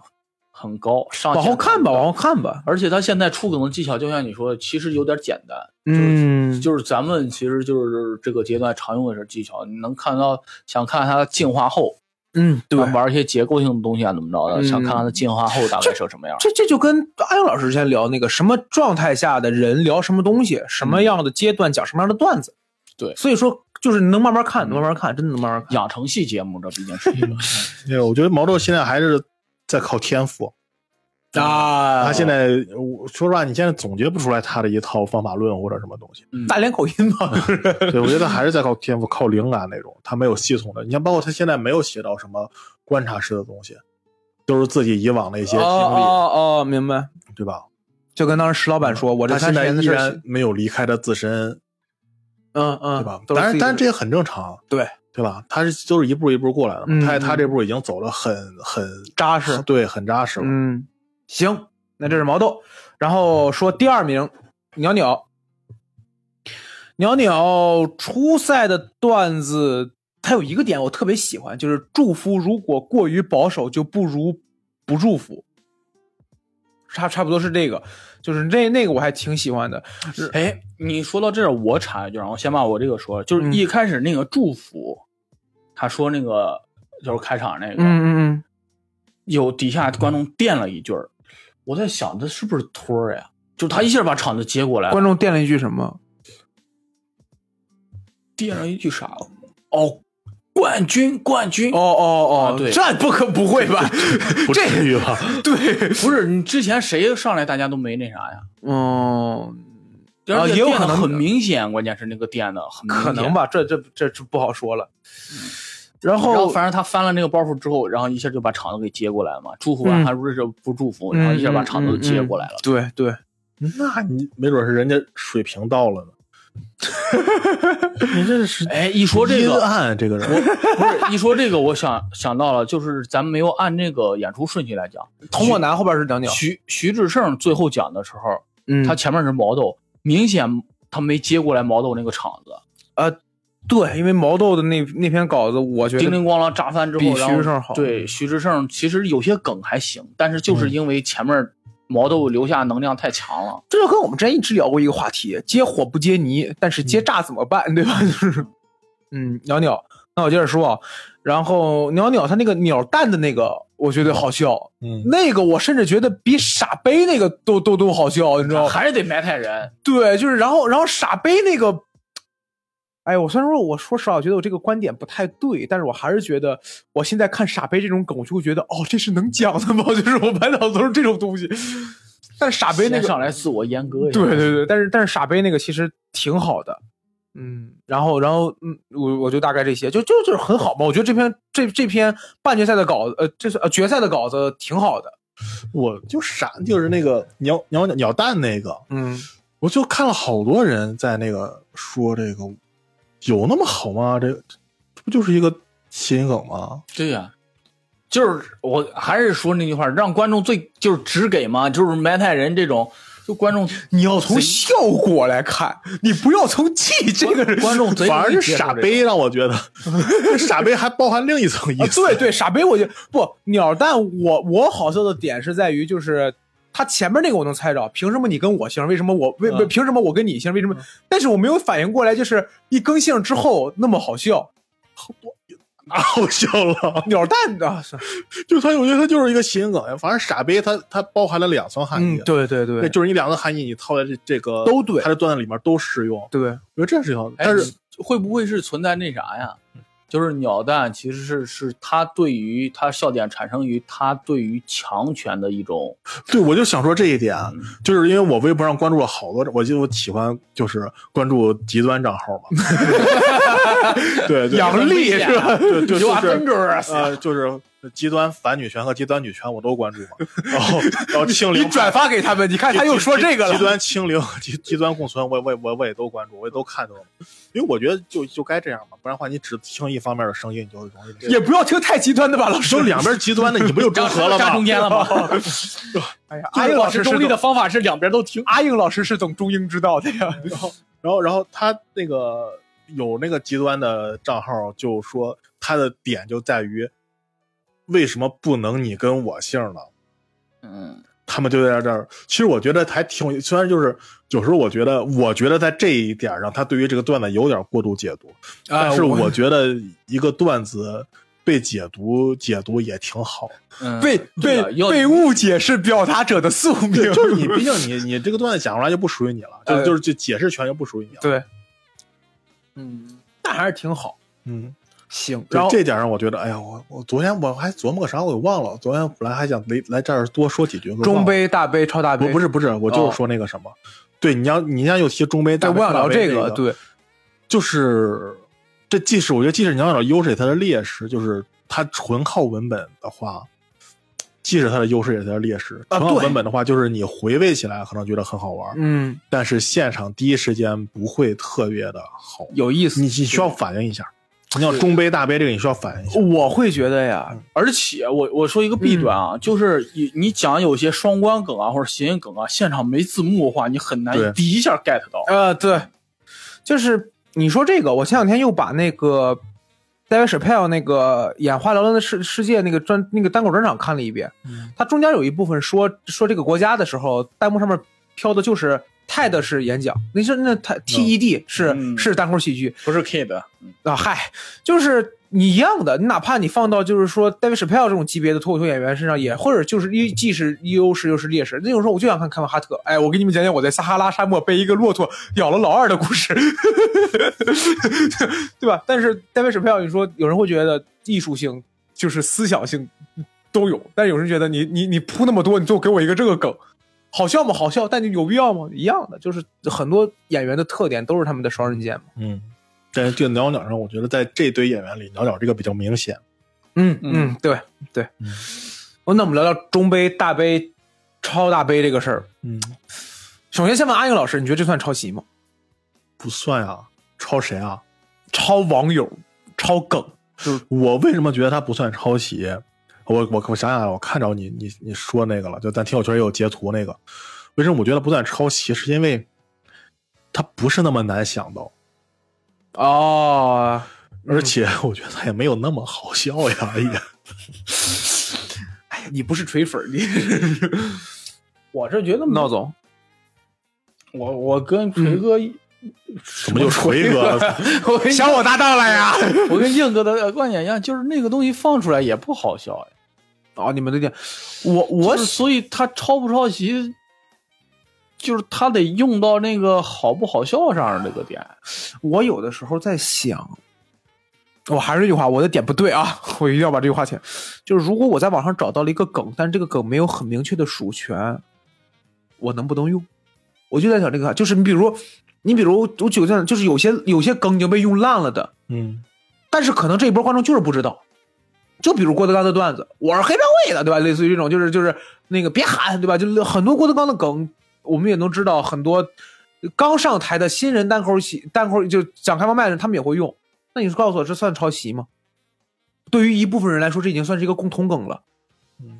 很高，上往限后看吧，很高往后看吧。而且他现在出梗的技巧，就像你说的，其实有点简单，嗯，就是咱们其实就是这个阶段常用的是技巧，你能看到想看看他进化后，嗯，对。玩一些结构性的东西啊，怎么着的，嗯想看看他进化后大概是什么样。这这就跟安阳老师之前聊那个什么状态下的人聊什么东西，什嗯么样的阶段讲什么样的段子。对所以说就是能慢慢看，能慢慢看，真的能慢慢看。养成系节目，这毕竟 是一个对，我觉得毛豆现在还是在靠天赋。啊他现在，我说实话，你现在总结不出来他的一套方法论或者什么东西。大连口音嗯嘛，对，我觉得还是在靠天赋、靠灵感那种，他没有系统的。你像，包括他现在没有写到什么观察式的东西，都是自己以往的一些经哦历，哦哦，明白。对吧？就跟当时石老板说，我这他现三十在年的依事儿，然没有离开他自身，嗯嗯，对吧？都是自当然，己当然的这也很正常，对对吧？他是都是一步一步过来的嘛，嗯他嗯他这步已经走了很很扎实。嗯对，很扎实了。嗯，行，那这是毛豆。然后说第二名，鸟鸟，鸟鸟初赛的段子，他有一个点我特别喜欢，就是祝福如果过于保守，就不如不祝福。差差不多是这个，就是那那个我还挺喜欢的。哎，你说到这儿，我插一句啊，我先把我这个说了，嗯就是一开始那个祝福，他说那个就是开场那个，嗯嗯有底下观众垫了一句儿，我在想这是不是托儿呀？就他一下把场子接过来嗯，，观众垫了一句什么？垫了一句啥？哦，冠军，冠军！哦，哦哦，嗯啊对这不可不会吧？不至这于吧？对，不是你之前谁上来大家都没那啥呀？ 嗯，啊而且也有垫可得能很明显，关键是那个垫的很明显可能。吧，这这这这不好说了。然然后后反正他翻了那个包袱之后，然后一下就把场子给接过来了嘛，祝福完嗯还不是不祝福，然后一下把场子都接过来了。对对， 那你没准是人家水平 到了呢。你这是哎，一说这阴个，暗这个人，不是一说这个，我想想到了，就是咱们没有按这个演出顺序来讲。童漠男后边是鸟鸟，徐徐志胜最后讲的时候，嗯他前面是毛豆，明显他没接过来毛豆那个场子，对，因为毛豆的那那篇稿子，我觉叮得铃咣啷炸翻之后，比徐然后志胜好嗯对，徐志胜其实有些梗还行，但是就是因为前面毛豆留下能量太强了，这就跟我们之前一直聊过一个话题，接火不接泥，但是接炸怎么办，对吧？ 就是，嗯，鸟鸟，那我接着说啊，然后鸟鸟他那个鸟蛋的那个，我觉得好笑，嗯，那个我甚至觉得比傻杯那个都都都好笑，你知道吗？还是得埋汰人。对，就是然后然后傻杯那个，哎，我虽然说我说实话，我觉得我这个观点不太对，但是我还是觉得我现在看傻杯这种梗，我就会觉得哦，这是能讲的吗？ 就是我满脑子都是这种东西。但是傻杯那先个，上来自我阉割一下，对对对，但是但是傻杯那个其实挺好的，嗯，然后然后嗯，我我就大概这些，就就就是很好嘛。我觉得这篇这这篇半决赛的稿子，呃，这是呃决赛的稿子挺好的，我就傻，就是那个鸟鸟鸟蛋那个，嗯，我就看了好多人在那个说这个，有那么好吗？这这不就是一个谐音梗吗？对呀、就是我还是说那句话，让观众最就是只给嘛，就是埋汰人这种，就观众你要从效果来看，你不要从记这个人观众贼反而容易是接受傻这杯让我觉得， 傻杯还包含另一层意啊，思。对对，傻杯，我觉得不鸟蛋我，我好笑的点是在于，就是他前面那个我能猜着，凭什么你跟我姓？为什么我为、为嗯凭什么我跟你姓？为什么？但是我没有反应过来，就是一更姓之后那么好笑，哪 好笑了？鸟蛋啊，嗯是就他，我觉得他就是一个谐音梗呀。反正傻杯他他包含了两层含嗯义，对对对对，就是你两层含义，你套在这这个都对他的段子里面都适用。对，我觉得这是一条，哎但是会不会是存在那啥呀？就是鸟蛋其实是是他对于他笑点产生于他对于强权的一种，嗯对我就想说这一点，啊就是因为我微博上关注了好多，我就喜欢就是关注极端账号嘛， 对， 对杨笠是吧？对，就有就啊是真就是 呃，就是极端反女权和极端女权我都关注 嘛，然后然后清零你转发给他们，你看他又说这个极了，端清零、极极端共存，我我我我也都关注，我也都看到了，因为我觉得就就该这样嘛，不然的话你只听一方面的声音，你就容易也不要听太极端的吧，老师就。两边极端的，你不就中和 了站中吗？间了吗？哎呀，阿阿英英老老师师是中立的懂，方法是两边都听，阿英老师是懂中英之道的呀。然后然后他那个有那个极端的账号就说他的点就在于为什么不能你跟我姓了。嗯，他们就在这儿。其实我觉得还挺有，虽然就是有时候我觉得，我觉得在这一点上，他对于这个段子有点过度解读。哎但哎是我觉得一个段子被解读解读也 挺好，嗯被对被啊要被误解是表达者的宿命，就是 你毕竟你你这个段子讲出来就不属于你了，就哎是就是这解释权就不属于你了。对，嗯，那还是挺好。嗯，行，对然后这点上我觉得，哎呀，我我昨天我还琢磨个啥，我给忘了。昨天本来还想来来这儿多说几句，给忘了中杯、大杯、超大不杯，不是不是，我就哦是说那个什么，对，你要你要又提中杯，对，但我想聊这个，对，就是这既是我觉得既是你要找优势，也是它的劣势就是它纯靠文本的话，既是它的优势，也是它的劣势。啊纯靠对文本的话，就是你回味起来可能觉得很好玩，嗯，但是现场第一时间不会特别的好，有意思你你需要反应一下。你要中杯大杯这个你需要反应一下，我会觉得呀，而且我我说一个弊端啊，就是你你讲有些双关梗啊或者谐音梗啊，现场没字幕的话，你很对难第一下 get 到。呃，对，就是你说这个，我前两天又把那个 David s h a p p e l 那个演《话聊伦的世世界》那个专那个单口专场看了一遍，嗯他中间有一部分说说这个国家的时候，弹幕上面飘的就是 TED 是演讲，那是那 TED 是、哦嗯是单口喜剧，不是 kid，嗯啊，嗨，就是你一样的，你哪怕你放到就是说 David Chappelle 这种级别的脱口秀演员身上也，或者就是一既是优势又是劣势。那种时候我就想看凯文哈特，哎，我给你们讲讲我在撒哈拉沙漠被一个骆驼咬了老二的故事， 对吧？但是 David Chappelle，你说有人会觉得艺术性就是思想性都有，但是有人觉得你你你铺那么多，你就给我一个这个梗。好笑吗？好笑，但你有必要吗？一样的，就是很多演员的特点都是他们的双刃剑嘛。嗯。但是这个鸟鸟上，我觉得在这堆演员里，鸟鸟这个比较明显。嗯嗯嗯，对对。嗯哦，那我们聊聊中杯、大杯、超大杯这个事儿。嗯，首先，先问阿英老师，你觉得这算抄袭吗？不算啊，抄谁啊？抄网友、抄梗，我为什么觉得它不算抄袭？我我我想想啊，我看着你你你说那个了，就咱听友圈也有截图那个。为什么我觉得不算抄袭？是因为它不是那么难想到，哦，嗯而且 我觉得它也没有那么好笑呀。 也哎呀，你不是锤粉儿，你我是觉得 闹总，我我跟嗯锤哥一，怎么就锤哥了？我跟想我搭档了呀？我跟硬哥的呃观点一样，就是那个东西放出来也不好笑呀。哦，你们的点，我我就是所以他抄不抄袭，就是他得用到那个好不好笑上这个点。我有的时候在想，我还是那句话，我的点不对啊， 我一定要把这句话写。就是如果我在网上找到了一个梗，但这个梗没有很明确的属权，我能不能用？我就在想这个，就是你比如，你比如我举个例子，就是有些有些梗已经被用烂了的， 嗯，但是可能这一波观众就是不知道。就比如郭德纲的段子，我是黑社会的，对吧？类似于这种，就是就是那个别喊，对吧？就很多郭德纲的梗，我们也能知道很多刚上台的新人单口喜单口就讲开放麦的人，他们也会用。那你是告诉我这算抄袭吗？对于一部分人来说，这已经算是一个共同梗了。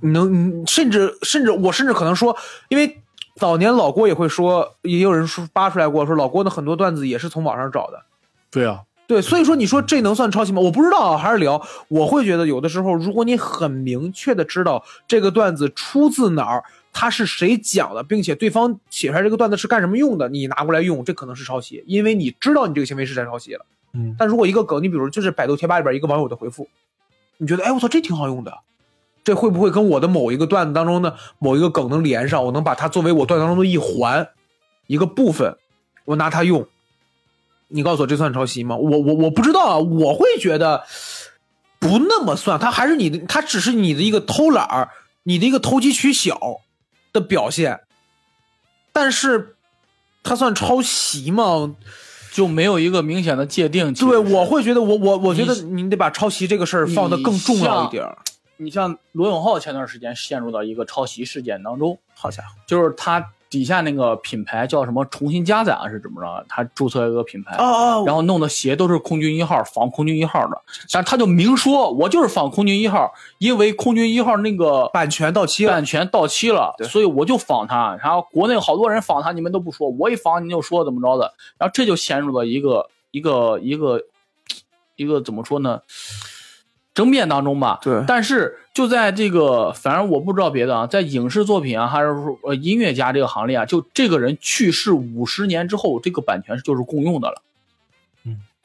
你能，你甚至甚至我甚至可能说，因为早年老郭也会说，也有人说扒出来过，说老郭的很多段子也是从网上找的。对啊，对，所以说你说这能算抄袭吗？我不知道啊，还是聊。我会觉得有的时候，如果你很明确的知道这个段子出自哪儿，它是谁讲的，并且对方写出来这个段子是干什么用的，你拿过来用，这可能是抄袭，因为你知道你这个行为是在抄袭了。嗯，但如果一个梗，你比如就是百度贴吧里边一个网友的回复，你觉得哎我操这挺好用的，这会不会跟我的某一个段子当中的某一个梗能连上？我能把它作为我段子当中的一环，一个部分，我拿它用。你告诉我这算抄袭吗？我我我不知道啊，我会觉得不那么算，它还是你的，它只是你的一个偷懒儿，你的一个投机取巧的表现。但是，它算抄袭吗？就没有一个明显的界定。其实对，我会觉得我我我觉得你得把抄袭这个事儿放得更重要一点儿。你像罗永浩前段时间陷入到一个抄袭事件当中，好家伙！就是他底下那个品牌叫什么“重新加载”啊，是怎么着？他注册了一个品牌，哦然后弄的鞋都是空军一号仿空军一号的，但他就明说，我就是仿空军一号，因为空军一号那个版权到期了版，权到期了，对所以我就仿他。然后国内好多人仿他，你们都不说，我一仿你就说怎么着的，然后这就陷入了一个一个一个一个怎么说呢？争辩当中吧，对但是就在这个，反正我不知道别的啊，在影视作品啊，还是说呃音乐家这个行列啊，就这个人去世五十年之后，这个版权就是共用的了，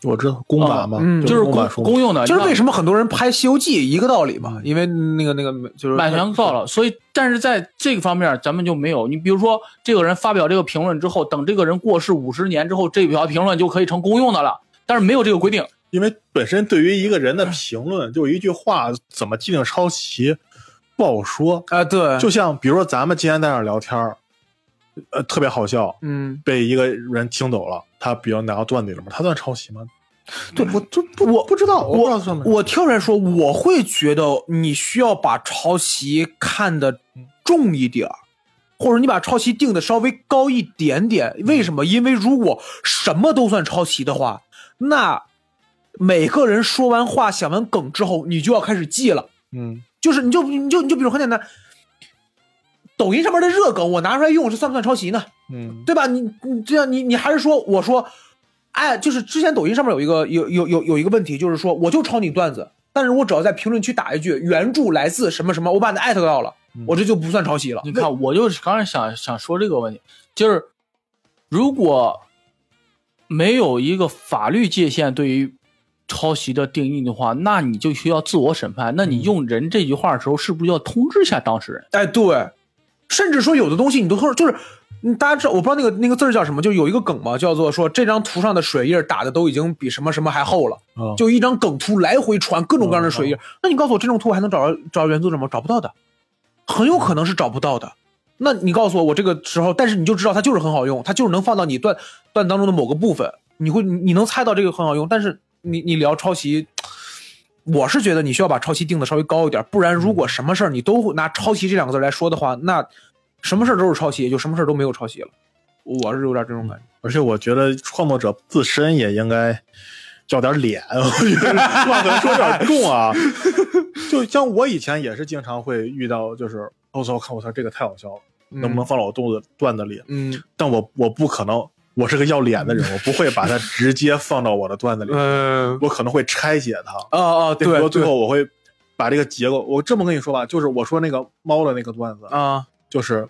我知道公版嘛，嗯哦就是公公版书嘛公用的，就是为么什么很多人拍《西游记》一个道理嘛，因为那个那个就是版权告了？所以，但是在这个方面，咱们就没有。你比如说，这个人发表这个评论之后，等这个人过世五十年之后，这条评论就可以成公用的了，但是没有这个规定。因为本身对于一个人的评论，就一句话怎么界定抄袭，不好说。啊，对，就像比如说咱们今天在那儿聊天儿，呃，特别好笑，嗯，被一个人听走了，他比如拿到段子里面，他算抄袭吗？对我就不我不知道，我不知道算不算。我跳出来说，我会觉得你需要把抄袭看得重一点儿。或者你把抄袭定的稍微高一点点，为什么？因为如果什么都算抄袭的话，那每个人说完话、想完梗之后，你就要开始记了。嗯就是你就你就你就比如很简单，抖音上面的热梗，我拿出来用，这算不算抄袭呢？嗯对吧？你你这样你你还是说我说，哎，就是之前抖音上面有一个有有有有一个问题，就是说我就抄你段子，但是我只要在评论区打一句原著来自什么什么，我把你艾特到了，我这就不算抄袭了。嗯你看，我就是刚才想想说这个问题，就是如果没有一个法律界限对于抄袭的定义的话，那你就需要自我审判。那你用“人”这句话的时候，是不是要通知一下当事人？哎，对，甚至说有的东西你都说就是。嗯大家知道，我不知道那个那个字儿叫什么，就有一个梗嘛，叫做说这张图上的水印打的都已经比什么什么还厚了。啊就一张梗图来回传各种各样的水嗯印。那你告诉我，这种图还能找着找着原作者吗？找不到的，很有可能是找不到的。那你告诉我，我这个时候，但是你就知道它就是很好用，它就是能放到你段段当中的某个部分，你会你你能猜到这个很好用。但是你你聊抄袭，我是觉得你需要把抄袭定的稍微高一点，不然嗯如果什么事儿你都拿抄袭这两个字来说的话，那什么事儿都是抄袭，也就什么事儿都没有抄袭了。我是有点这种感觉。而且我觉得创作者自身也应该要点脸， 我觉得话可能说有点重 啊。就像我以前也是经常会遇到，就是哦我操，我看我操，这个太好笑了，嗯能不能放到我肚子段子里？嗯？嗯但我我不可能，我是个要脸的人，我不会把它直接放到我的段子 里，呃我可能会拆解它。哦哦，比如对说最对后我会把这个结构，我这么跟你说吧，就是我说那个猫的那个段子，啊就是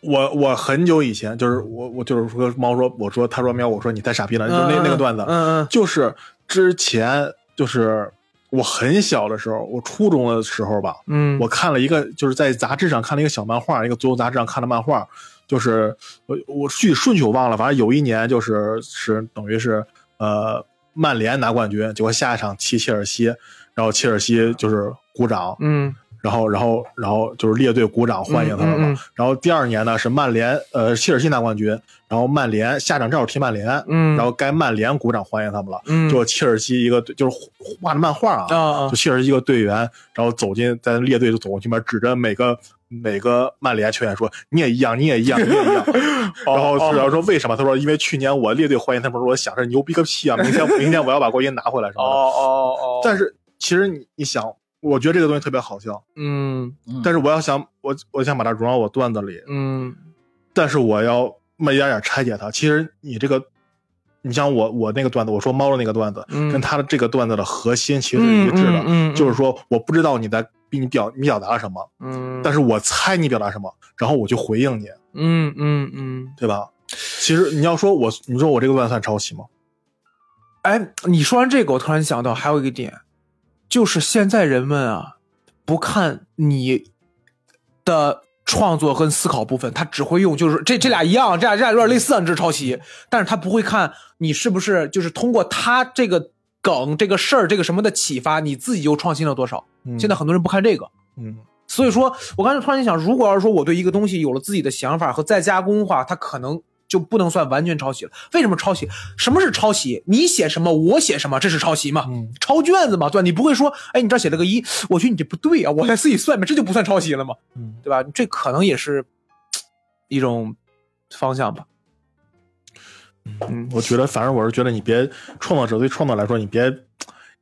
我我很久以前，就是我我就是说猫说我说他说喵，我说你太傻逼了，就嗯那嗯那个段子，嗯嗯就是之前就是我很小的时候，我初中的时候吧，嗯，我看了一个就是在杂志上看了一个小漫画，一个足球杂志上看的漫画，就是我我具体顺序我忘了，反正有一年就是是等于是呃曼联拿冠军，结果下一场踢切尔西，然后切尔西就是鼓掌，嗯然后然后然后就是列队鼓掌欢迎他们嘛。嗯嗯嗯然后第二年呢是曼联呃切尔西拿冠军，然后曼联下场正好踢曼联，嗯，然后该曼联鼓掌欢迎他们了。嗯就切尔西一个队就是画的漫画啊，啊啊就切尔西一个队员，然后走进在列队就走过去面指着每个每个曼联球员说：“你也一样，你也一样，你也一样。” 然哦后然后说为什么？他说：“因为去年我列队欢迎他们，说我想着牛逼个屁啊！明天明天我要把冠军拿回来什么的。哦哦但是其实你你想，我觉得这个东西特别好笑，嗯但是我要想我我想把它融到我段子里，嗯但是我要慢一点点拆解它。其实你这个，你像我我那个段子，我说猫的那个段子，嗯跟他的这个段子的核心其实是一致的，嗯嗯嗯嗯就是说我不知道你在你表你表达了什么，嗯，但是我猜你表达什么，然后我就回应你，嗯嗯嗯，对吧？其实你要说我，你说我这个段子算抄袭吗？哎，你说完这个，我突然想到还有一个点，就是现在人们啊，不看你的。创作跟思考部分，他只会用就是这这俩一样，这俩这俩有点类似，啊，你这是抄袭，但是他不会看你是不是就是通过他这个梗、这个事儿、这个什么的启发，你自己又创新了多少。嗯现在很多人不看这个，嗯所以说我刚才突然间想，如果要是说我对一个东西有了自己的想法和再加工的话，它可能就不能算完全抄袭了。为什么抄袭？什么是抄袭？你写什么，我写什么，这是抄袭嘛？嗯抄卷子嘛，对吧？你不会说，哎，你这儿写了个一，我觉得你这不对啊，我再自己算呗，这就不算抄袭了嘛，嗯，对吧？这可能也是嘖一种方向吧。嗯，我觉得反正我是觉得你别创作者对创作来说，你别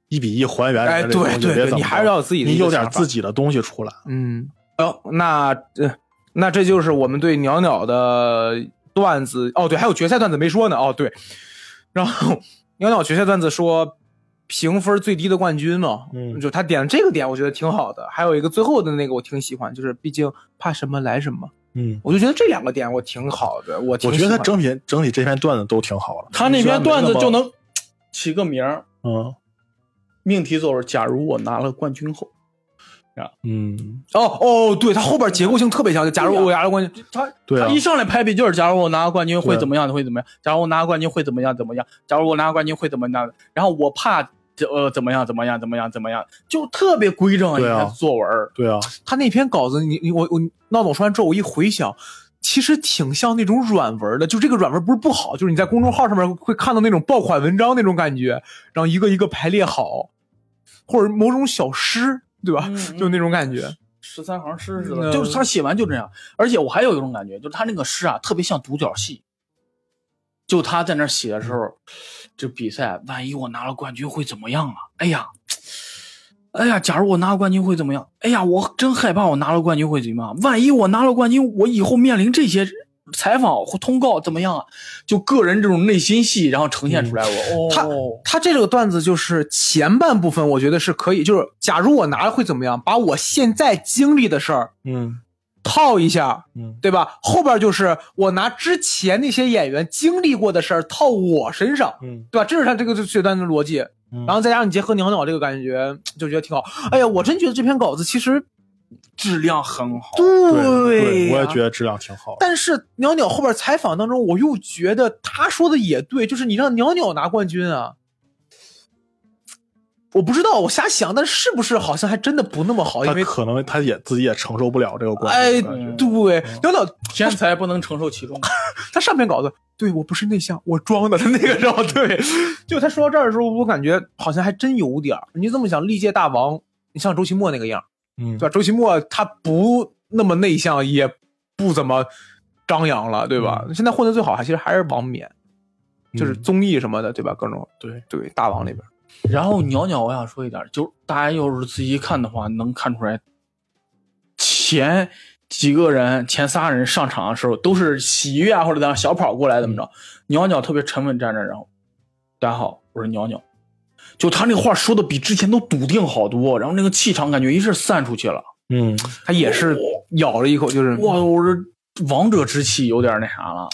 一比一还原哎人家这东西，对对别对怎么你着还是要有自己的你一个有点想法自己的东西出来。嗯，哦，那这、那这就是我们对袅袅的段子哦，对，还有决赛段子没说呢哦，对，然后袅袅决赛段子说评分最低的冠军嘛，嗯就他点了这个点，我觉得挺好的，还有一个最后的那个我挺喜欢，就是毕竟怕什么来什么，嗯，我就觉得这两个点我挺好的，我挺我觉得喜他欢整体整体这篇段子都挺好的。他那篇段子就能起个名儿，嗯命题作文：假如我拿了冠军后，嗯，哦哦，对他后边结构性特别强，就假如我拿了冠军，他对啊他一上来拍笔就是，假如我拿个冠军会对怎么样？会怎么样？假如我拿个冠军会怎么样？怎么样？假如我拿个冠军会怎么样？然后我怕呃怎么样？怎么样？怎么样？怎么样？就特别规整啊！你对啊看作文儿，对啊，他那篇稿子，你你我我闹总说完之后，我一回想，其实挺像那种软文的，就这个软文不是不好，就是你在公众号上面会看到那种爆款文章那种感觉，然后一个一个排列好，或者某种小诗，对吧？嗯嗯就那种感觉。十三行诗似嗯的，就是他写完就这样。而且我还有一种感觉，就是他那个诗啊，特别像独角戏。就他在那儿写的时候，这比赛万一我拿了冠军会怎么样啊？哎呀，哎呀，假如我拿了冠军会怎么样？哎呀，我真害怕我拿了冠军会怎么样？万一我拿了冠军，我以后面临这些采访或通告怎么样啊？就个人这种内心戏，然后呈现出来我。嗯他哦，他这个段子就是前半部分，我觉得是可以，就是假如我拿了会怎么样，把我现在经历的事儿嗯套一下，嗯对吧？后边就是我拿之前那些演员经历过的事儿套我身上，嗯对吧？这是他这个这段的逻辑，嗯然后再加上你结合鸟鸟这个感觉，就觉得挺好。哎呀，我真觉得这篇稿子其实质量很好。哦对呀我也觉得质量挺好。但是鸟鸟后边采访当中，我又觉得他说的也对，就是你让鸟鸟拿冠军啊，我不知道，我瞎想，但是不是好像还真的不那么哦好，因他为可能他也自己也承受不了这个关哎，系，我感觉对，鸟鸟天才不能承受其啊重，他上篇稿子，对我不是内向，我装的，他那个时候对，就他说到这儿的时候，我感觉好像还真有点儿。你这么想，历届大王，你像周奇墨那个样儿，嗯对吧？周奇墨他不那么内向，也不怎么张扬了，对吧？现在混的最好还其实还是王冕，就是嗯综艺什么的，对吧？各种对对大王那边，然后鸟鸟，我想说一点，就是大家要是仔细看的话，能看出来，前几个人、前仨人上场的时候都是喜悦啊，或者怎样小跑过来怎么着，鸟鸟特别沉稳站着，然后大家好，我是鸟鸟，就他那话说的比之前都笃定好多，然后那个气场感觉一下散出去了，嗯，他也是咬了一口，就是哇，我这王者之气有点那啥了，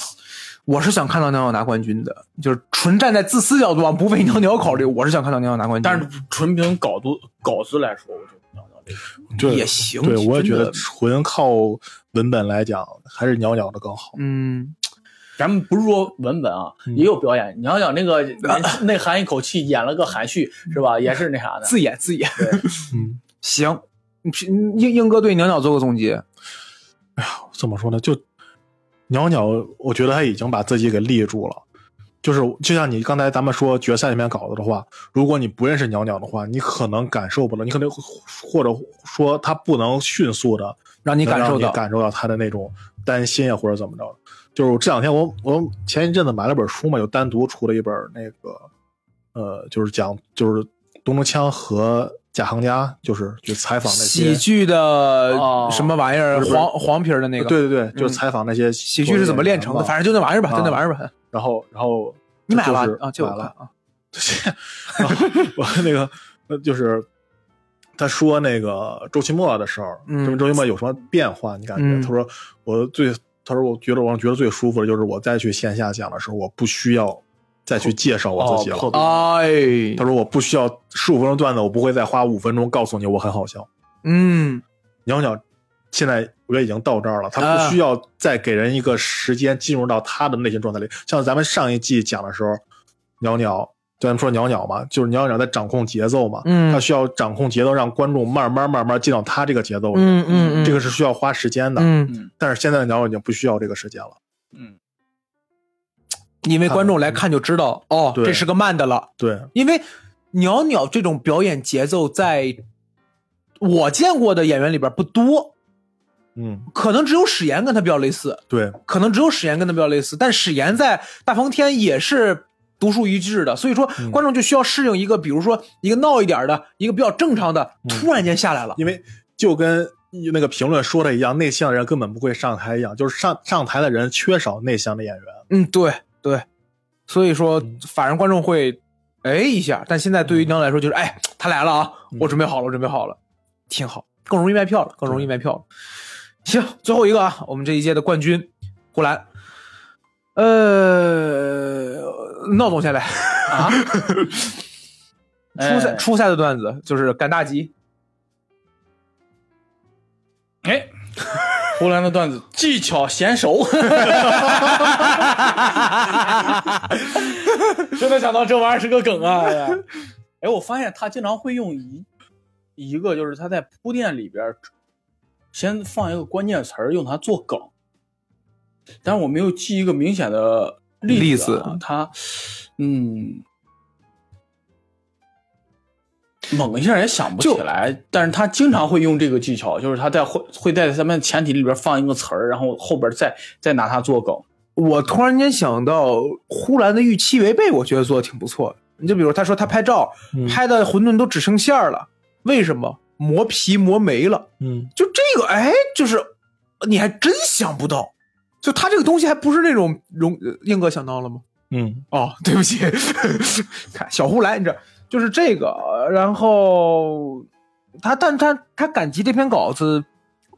我是想看到鸟鸟拿冠军的，就是纯站在自私角度上，不为鸟鸟考虑，我是想看到鸟鸟拿冠军，但是纯凭稿子稿子来说，我觉得鸟鸟这个对也行，嗯对，我也觉真得的纯靠文本来讲，还是袅袅的更好。嗯，咱们不是说文本啊，嗯也有表演。你要讲那个那内含一口气，演了个含蓄，是吧？也是那啥的。自演自演， 嗯，行。你去英英哥对鸟鸟做个总结，怎么说呢？就袅袅，我觉得他已经把自己给立住了。就是就像你刚才咱们说决赛里面搞的的话，如果你不认识袅袅的话，你可能感受不到，你可能或者说他不能迅速的让你能感让受你到，感受到他的那种担心啊，或者怎么着。就是这两天我我前一阵子买了本书嘛，有单独出了一本那个，呃，就是讲就是东城枪和贾行家，就是去采访那些喜剧的哦什么玩意儿，不是不是黄黄皮儿的那个，呃对对对，就嗯是采访那些喜剧是怎么练成的？反正就那玩意儿吧，啊就那玩意儿吧。然后然后你买了就是啊？就买我了看，啊，然后我那个呃就是他说那个周奇墨的时候，嗯因为周奇墨有什么变化？你感觉？嗯他说我最，他说我觉得我觉得最舒服的就是我再去线下讲的时候，我不需要再去介绍我自己了。哦哎他，说我不需要十五分钟段子，我不会再花五分钟告诉你我很好笑。嗯，鸟鸟现在我觉得已经到这儿了，他啊不需要再给人一个时间进入到他的内心状态里。像咱们上一季讲的时候，鸟鸟，咱们说鸟鸟嘛，就是鸟鸟在掌控节奏嘛，嗯他需要掌控节奏，让观众慢慢慢慢进到他这个节奏里，嗯嗯嗯，这个是需要花时间的。嗯，嗯但是现在的鸟鸟已经不需要这个时间了，嗯，因为观众来看就知道，哦，嗯对这是个慢的了。对，因为鸟鸟这种表演节奏，在我见过的演员里边不多，嗯，可能只有史岩跟他比较类似，对，可能只有史岩跟他比较类似，但史岩在大风天也是独树一帜的，所以说嗯观众就需要适应一个，比如说一个闹一点的，一个比较正常的，嗯突然间下来了，因为就跟。那个评论说的一样，内向的人根本不会上台一样，就是上上台的人缺少内向的演员。嗯，对对，所以说嗯反而观众会哎一下，但现在对于娘来说就是哎他来了啊，嗯我准备好了，我准备好了，挺好，更容易卖票了，更容易卖票了。行，最后一个啊，我们这一届的冠军呼兰，呃，闹总先来啊。 初赛哎初赛的段子就是赶大集，哎， 胡兰的段子技巧娴熟， 真的想到这玩意儿是个梗啊！哎呀，哎，我发现他经常会用一一个，就是他在铺垫里边儿先放一个关键词儿，用它做梗，但是我没有记一个明显的例啊例子他嗯。猛一下也想不就起来，但是他经常会用这个技巧，就是他在会会在咱们前提里边放一个词儿，然后后边再再拿它做梗。我突然间想到，呼兰的预期违背，我觉得做的挺不错的。你就比如他说他拍照、嗯拍的馄饨都只剩馅儿了，为什么磨皮磨没了？嗯就这个，哎，就是你还真想不到，就他这个东西还不是那种容呃硬哥想到了吗？嗯哦，对不起，看小胡来，你这就是这个。呃然后他，但他他赶集这篇稿子，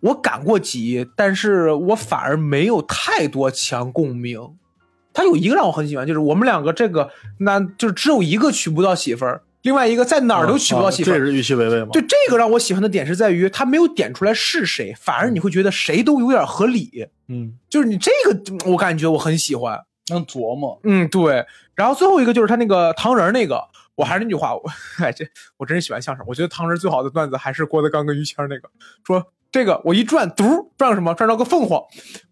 我赶过集，但是我反而没有太多强共鸣。他有一个让我很喜欢，就是我们两个这个，那就是只有一个娶不到媳妇儿，另外一个在哪儿都娶不到媳妇啊儿。这是预期违背吗？对这个让我喜欢的点是在于，他没有点出来是谁，反而你会觉得谁都有点合理。嗯，就是你这个，我感觉我很喜欢。能琢磨。嗯，对。然后最后一个就是他那个糖人儿那个，我还是那句话，我哎，这我真是喜欢相声。我觉得糖人最好的段子还是郭德纲跟于谦儿那个，说这个我一转，嘟转什么？转到个凤凰，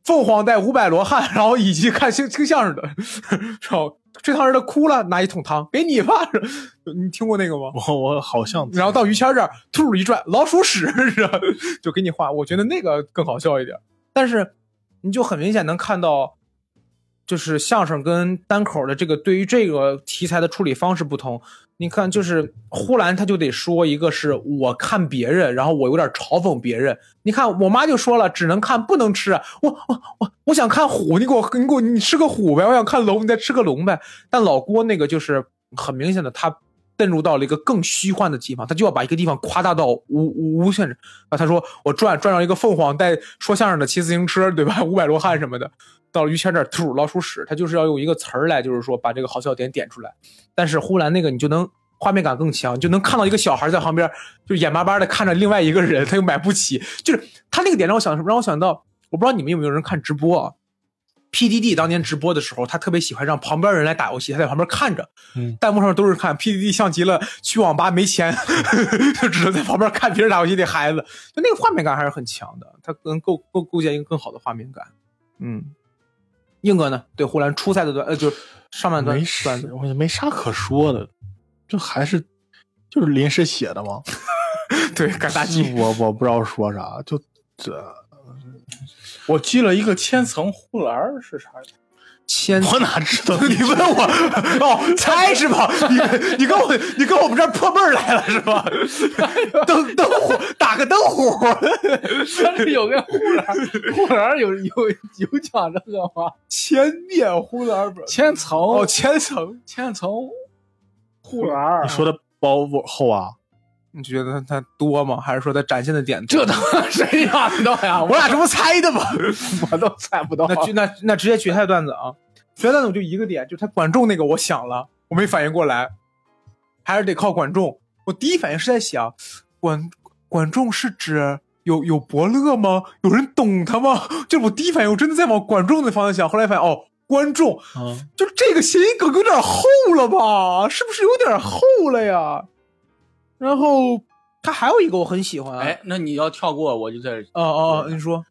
凤凰带五百罗汉，然后以及看听听相声的， 然后吹糖人的哭了，拿一桶汤给你吧。 你听过那个吗？我我好像然后到于谦儿这儿，突儿一转，老鼠屎，是吧就给你画。我觉得那个更好笑一点，但是你就很明显能看到，就是相声跟单口的这个对于这个题材的处理方式不同。你看，就是呼兰他就得说一个是我看别人，然后我有点嘲讽别人。你看我妈就说了，只能看不能吃。啊我我我我想看虎，你给我你给我你吃个虎呗，我想看龙，你再吃个龙呗。但老郭那个就是很明显的，他遁入到了一个更虚幻的地方，他就要把一个地方夸大到无无无限制啊。他说我转转上一个凤凰带说相声的骑自行车， 对吧？五百罗汉什么的，到了于谦这儿，吐老鼠屎，他就是要用一个词儿来，就是说把这个好笑点点出来。但是呼兰那个你就能。画面感更强，你就能看到一个小孩在旁边，就眼巴巴的看着另外一个人，他又买不起，就是他那个点让我想什么？让我想到，我不知道你们有没有人看直播啊？PDD 当年直播的时候，他特别喜欢让旁边人来打游戏，他在旁边看着，嗯弹幕上都是看 PDD 像极了去网吧没钱， 就只能在旁边看别人打游戏的孩子，就那个画面感还是很强的，他能构构构建一个更好的画面感。嗯，硬哥呢？对，呼兰初赛的段，呃，就是上半段没段事子，我也没啥可说的，就还是就是临时写的嘛。 对，赶大 集。 我我不知道说啥，就这我记了一个千层护栏儿是啥？千 我哪知道？ 你问我 哦，猜是吧？你你跟我你跟我们这儿破闷儿来了是吧？灯灯火打个灯火，但是有个护栏儿，护栏儿有有有讲这个吗？千面呼兰本千层哦，千层，千层护栏儿你说的包厚啊？你觉得它多吗？还是说它展现的点多这他妈谁想到呀？我俩这不猜的吗？我都猜不到 那举那那直接举他的段子啊，举他段子我就一个点，就他管仲那个，我想了，我没反应过来，还是得靠管仲。我第一反应是在想，管管仲是指有有伯乐吗？有人懂他吗？就是我第一反应，我真的在往管仲的方向想，后来发现哦，观众，嗯，就是这个谐音梗有点厚了吧？是不是有点厚了呀？然后他还有一个我很喜欢，啊哎，，那你要跳过，我就在哦哦，你说，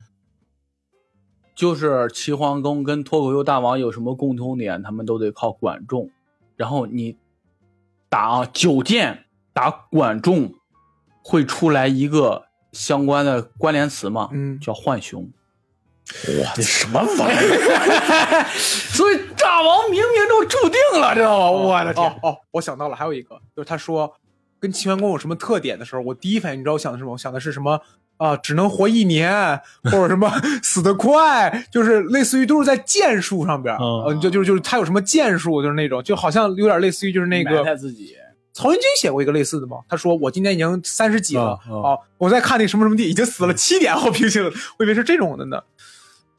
就是齐桓公跟脱口秀大王有什么共通点？他们都得靠管仲。然后你打啊九剑打管仲，会出来一个相关的关联词吗？嗯叫浣熊。哇，你什么玩 意儿？ 所以大王冥冥中注定了，知道吗？我的哦！哦，我想到了，还有一个，就是他说跟齐桓公有什么特点的时候，我第一反应你知道我想的是什么？我想的是什么啊、只能活一年，或者什么死得快，就是类似于都是在剑术上边儿。嗯呃就就就是他有什么剑术，就是那种，就好像有点类似于就是那个埋汰自己，曹云金写过一个类似的嘛，他说我今年已经三十几了，嗯嗯啊，我在看那什么什么地已经死了七年后平息了，我以为是这种的呢。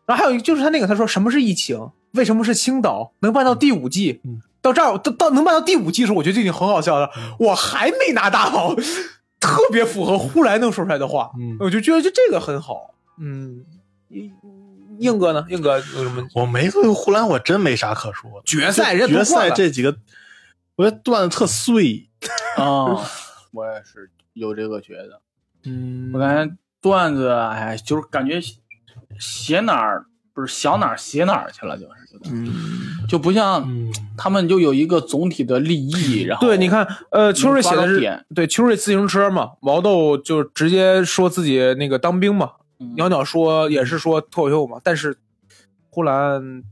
然后还有一个就是他那个他说什么是疫情，为什么是青岛，能办到第五季，嗯到这儿到到能办到第五季的时候，我觉得就已经很好笑了。我还没拿大王，特别符合呼兰能说出来的话，嗯我就觉得就这个很好。嗯，硬哥呢？硬哥有什么我没对呼兰，我真没啥可说的。决赛人家夺决冠赛了这几个，我觉得段子特碎。啊、我也是有这个觉得。嗯我感觉段子，哎，就是感觉写哪儿不是想哪儿写哪儿去了，就是有嗯点就不像嗯，他们就有一个总体的 利益，然后对，你看，呃，秋瑞写的抓到是点对秋瑞自行车嘛，毛豆就直接说自己那个当兵嘛，嗯鸟鸟说也是说脱口秀嘛，但是呼兰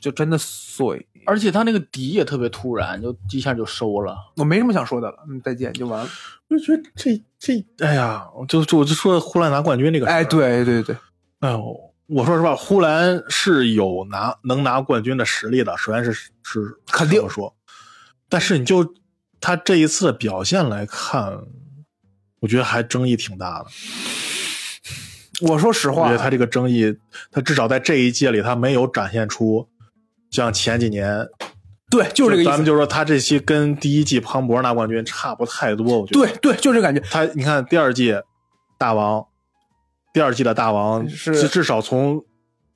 就真的碎。而且他那个底也特别突然，就一下就收了。我没什么想说的了，嗯，再见就完了。我就觉得这这，哎呀，我就就我就说呼兰拿冠军这个事儿哎，，对对对，哎呦，我说实话，呼兰是有拿能拿冠军的实力的，首先是是肯定这么说，但是你就他这一次的表现来看，我觉得还争议挺大的。我说实我话觉得，他这个争议，他至少在这一届里，他没有展现出像前几年，对，就是这个咱意们思。就说他这期跟第一季庞博拿冠军差不太多，我觉得。对对，就是这感觉。他你看第二季大王，第二季的大王是至至少从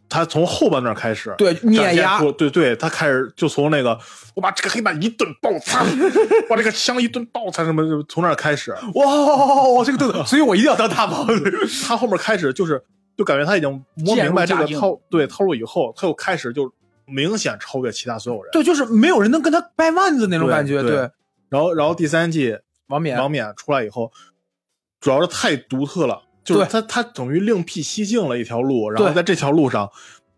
他从后半段开始对碾展现压出对对，他开始就从那个我把这个黑板一顿爆 擦，把这个枪一顿爆擦，什么从那儿开始，哇，我这个动 作，所以我一定啊要当大王。他后面开始就是就感觉他已经摸渐入明白这佳个境套对套路以后，他又开始就明显超越其他所有人。对，就是没有人能跟他掰腕子那种对感觉。对对，然后然后第三季王冕，王冕出来以后，主要是太独特了，就是他他等于另辟蹊径了一条路，然后对在这条路上，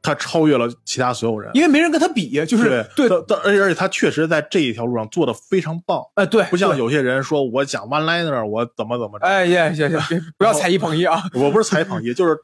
他超越了其他所有人。因为没人跟他比，就是对，对，他他而且而且他确实在这一条路上做的非常棒，哎对，不像对，有些人说我讲 one liner 我怎么怎么着，哎呀行 行，别不要踩一捧一啊。我不是采 访也就是，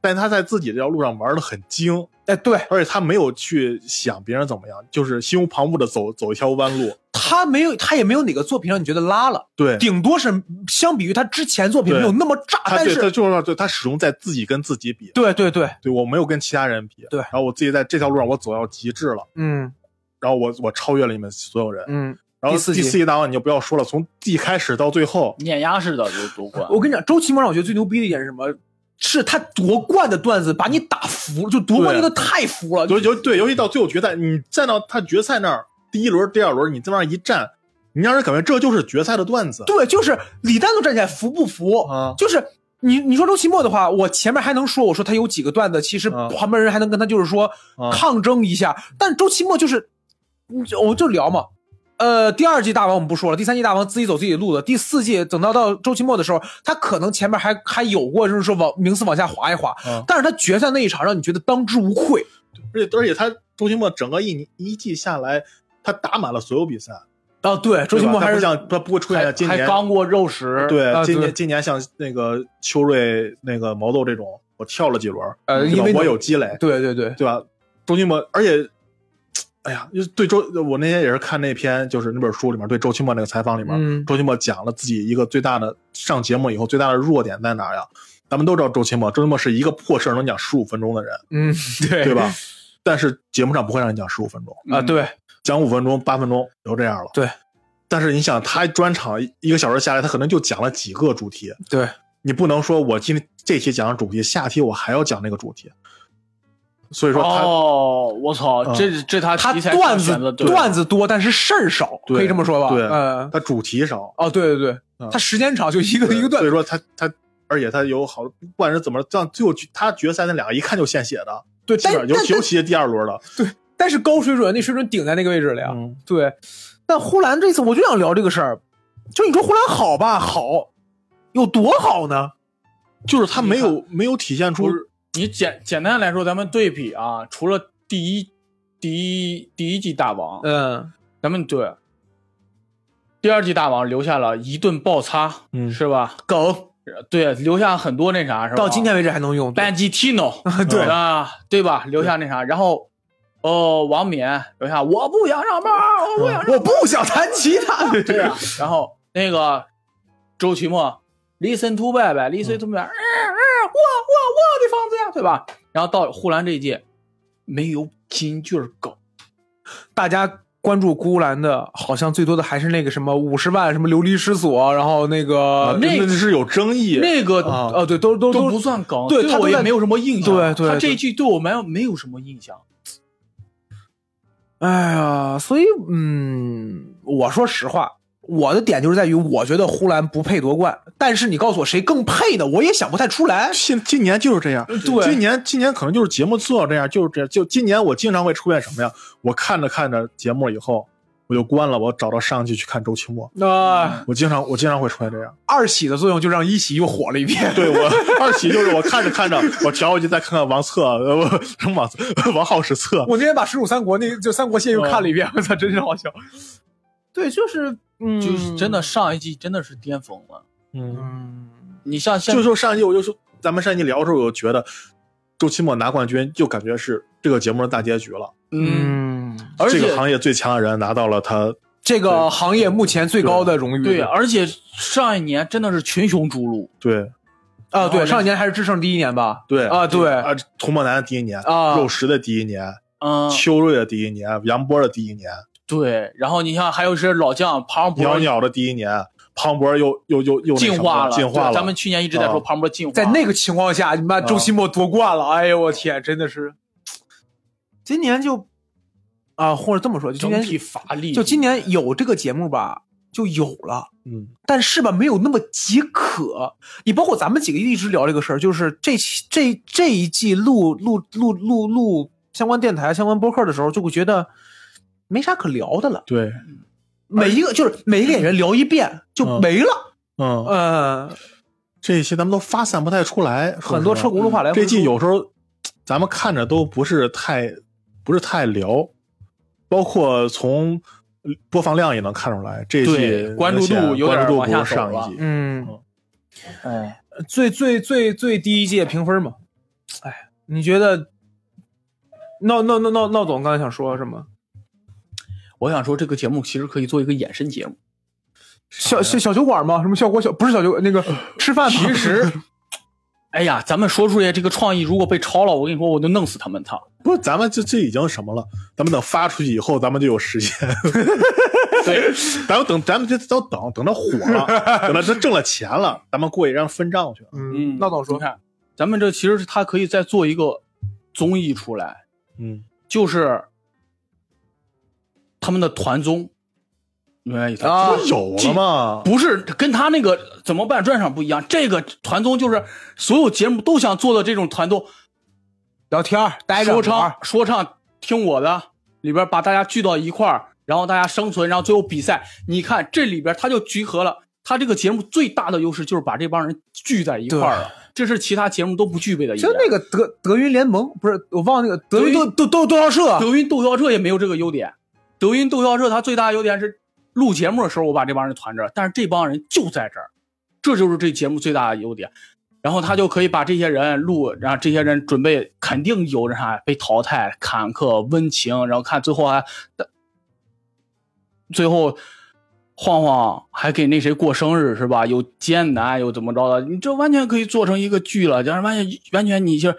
但他在自己这条路上玩的很精，哎，对而且他没有去想别人怎么样，就是心无旁骛的走走一条弯路。他没有，他也没有哪个作品让你觉得拉了， 对，顶多是相比于他之前作品没有那么炸，他但对他是就是对他始终在自己跟自己比，对对对，对我没有跟其他人比，对然后我自己在这条路上我走到极致了，嗯然后我我超越了你们所有人，嗯。然第后四第集四一大王你就不要说了，从一开始到最后，碾压式的就夺冠。我跟你讲，周奇墨让我觉得最牛逼的一点是什么？是他夺冠的段子把你打服了，就夺冠对真的太服了。尤尤对，尤其到最后决赛，你站到他决赛那儿第一轮、第二轮，你这么一站，你让人感觉这就是决赛的段子，对，就是李诞都站起来服不服？啊就是你你说周奇墨的话，我前面还能说，我说他有几个段子，其实啊旁边人还能跟他就是说啊抗争一下，但周奇墨就是，你就我们就聊嘛。呃，第二季大王我们不说了，第三季大王自己走自己的路子，第四季等到到周奇墨的时候，他可能前面还还有过就是说往名次往下滑一滑，啊但是他决赛那一场让你觉得当之无愧，而且而且他周奇墨整个一年一季下来，他打满了所有比赛，啊，对，周对奇吧墨他还不是像他不会出现像还今还年刚过肉食，对，啊今对年今年像那个秋瑞、那个毛豆这种，我跳了几轮，呃对吧因为我有积累，对对对，对吧？周奇墨，而且，哎呀，就是对周，我那天也是看那篇，就是那本书里面对周奇墨那个采访里面，嗯周奇墨讲了自己一个最大的上节目以后最大的弱点在哪儿呀？咱们都知道周奇墨，周奇墨是一个破事儿能讲十五分钟的人，嗯，对对吧？嗯但是节目上不会让你讲十五分钟，嗯啊，对，讲五分钟、八分钟就这样了。对。但是你想，他专场一一个小时下来，他可能就讲了几个主题，对，你不能说我今天这期讲的主题，下期我还要讲那个主题。所以说他、哦，我操，嗯这这他他题材段选择子对段子多，但是事儿少，对可以这么说吧？对嗯，他主题少，哦，对对对嗯，他时间长就一个一个段所子，以说他他，而且他有好，不管是怎么样，最后决他决赛那两个一看就现写的，对，基但本上但尤其尤但其是第二轮的，但是高水准，那水准顶在那个位置里啊。嗯，对，但呼兰这次我就想聊这个事儿，就你说呼兰好吧，好有多好呢？就是他没有没有体现出不是你简简单来说，咱们对比啊，除了第一第一第一季大王，嗯，咱们对第二季大王留下了一顿爆擦，嗯是吧？梗对，留下很多那啥，是吧？到今天为止还能用，对 Benjitino，对啊，对吧？留下那啥，然后哦，王冕留下我不想上班，我不想上班我不想弹吉他， 对呀、然后那个周奇墨，listen to 拜拜，listen to 拜拜，嗯嗯，我我我的房子呀，对吧？然后到呼兰这一届，没有金句儿梗，大家。关注孤兰的，好像最多的还是那个什么五十万什么流离失所，然后那啊个那那是有争议，那个啊呃，对，都都都都不算梗，对他我都也在没有什么印象。对对他这对一季对我没有没有什么印象。哎呀，所以嗯，我说实话，我的点就是在于，我觉得呼兰不配夺冠，但是你告诉我谁更配呢？我也想不太出来。今今年就是这样，对今年今年可能就是节目做到这样，就是这样。就今年我经常会出现什么呀？我看着看着节目以后，我就关了，我找到上季去看周奇墨。那、我经常我经常会出现这样，呃二喜的作用就让一喜又火了一遍。对我 二喜就是我看着看着，我调回去再看看王策，呃，我什么王策王浩史策，我那天把《十五三国》那就《三国线》又看了一遍，哦我操，真是好笑。对，就是，嗯，就是真的，上一季真的是巅峰了。嗯，嗯，你像现就说上一季，我就说咱们上一季聊的时候，我就觉得周奇墨拿冠军，就感觉是这个节目的大结局了。嗯，而且这个行业最强的人拿到了他，这个行业目前最高的荣誉，对，而且上一年真的是群雄逐鹿，对啊，然后对，呢上一年还是制胜第一年吧？对啊，对，啊，童梦楠的第一年，啊肉食的第一年，嗯，秋瑞的第一年，杨波的第一年，对。然后你像还有一些老将庞博鸟鸟的第一年，庞博又又又又那什进么化了，进化对了。咱们去年一直在说啊庞博进化，在那个情况下，你妈周奇墨夺冠了，哎呦我天，真的是，今年就啊，或者这么说，就嗯今整体年乏力，就今年有这个节目吧，就有了。嗯，但是吧，没有那么解渴。你包括咱们几个一直聊这个事儿，就是这期这这一季录录录录录相关电台、相关播客的时候，就会觉得没啥可聊的了。对，每一个就是每一个演员聊一遍就嗯没了，嗯，嗯，这一期咱们都发散不太出来，说实话很多车轱辘话来回这季说有时候咱们看着都不是太不是太聊，包括从播放量也能看出来，这一对季关注度明显有点关注度往下不是上走了一季。嗯，哎，最最最最低一届评分嘛。哎，你觉得？闹闹闹闹闹总刚才想说什么？我想说这个节目其实可以做一个衍生节目，小小小酒馆吗？什么效果小？不是小酒那个吃饭吗？其实。哎呀，咱们说出来这个创意，如果被抄了，我跟你说，我就弄死他们！操，不，咱们这这已经什么了？咱们等发出去以后，咱们就有时间。对，咱们等，咱们这都等等到火了，等到这挣了钱了，咱们过去让分账去。嗯，闹总说你，看，咱们这其实他可以再做一个综艺出来，嗯，就是他们的团综，明白意思啊不是有了吗？不是跟他那个怎么办转场不一样，这个团综就是所有节目都想做的这种团综，聊天儿待着说玩唱儿，说唱，听我的里边把大家聚到一块儿，然后大家生存，然后最后比赛。你看这里边他就集合了，他这个节目最大的优势就是把这帮人聚在一块儿了，这是其他节目都不具备的一就点。那个德德云联盟，不是我忘了那个德云德斗云斗斗斗校社，德云斗笑社也没有这个优点，德云斗笑社它最大的优点是录节目的时候我把这帮人团这儿，但是这帮人就在这儿，这就是这节目最大的优点。然后他就可以把这些人录，然后这些人准备肯定有人啥被淘汰，坎坷温情，然后看最后啊还，最后晃晃还给那谁过生日是吧？有艰难有怎么着的，你这完全可以做成一个剧了，就是完全完全你就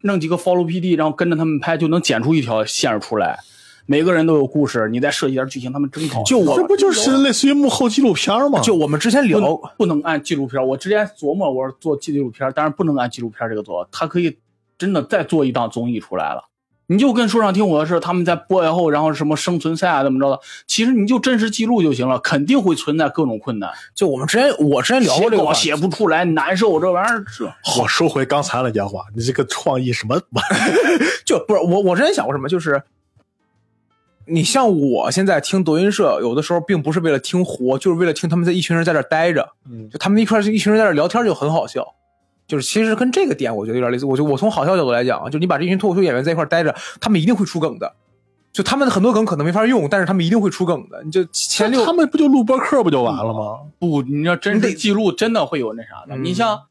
弄几个 follow PD，然后跟着他们拍就能剪出一条线儿出来，每个人都有故事，你再设计点剧情，他们真搞笑。就我这不就是类似于幕后纪录片吗？就我们之前不聊能不能按纪录片儿。我之前琢磨，我说做纪录片儿，但是不能按纪录片儿这个做，他可以真的再做一档综艺出来了。你就跟说唱听我的事，他们在播以后，然后什么生存赛啊，怎么着的，其实你就真实记录就行了，肯定会存在各种困难，就我们之前我之前聊过这个写稿话写题，不出来，难受，这玩意儿这我收回刚才的烟花，你这个创意什么玩意儿？就不是我我之前想过什么，就是你像我现在听德云社，有的时候并不是为了听活，就是为了听他们在一群人在这儿待着，嗯就他们一块儿一群人在这儿聊天就很好笑。就是其实跟这个点我觉得有点类似，我觉得我从好笑角度来讲啊，就你把这群脱口秀演员在一块儿待着，他们一定会出梗的，就他们的很多梗可能没法用，但是他们一定会出梗的。你就前六他们不就录播客不就完了吗？不，你要真你得实记录，真的会有那啥的。嗯你像，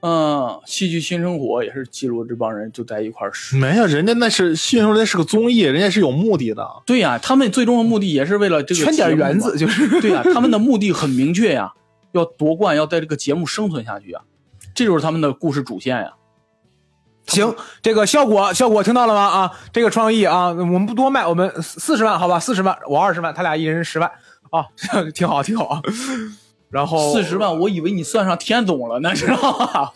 嗯，戏剧新生活也是记录这帮人就在一块儿试。没有，人家那是信说那是个综艺，人家是有目的的。对呀、他们最终的目的也是为了这个圈点节目嘛园子，就是 对呀、他们的目的很明确呀、 要夺冠，要在这个节目生存下去呀、这就是他们的故事主线呀、行，这个效果效果听到了吗？啊，这个创意啊，我们不多卖，我们四十万好吧，四十万，我二十万，他俩一人十万啊， 这样挺好挺好 啊。然后四十万，我以为你算上天总了呢，知 道吧？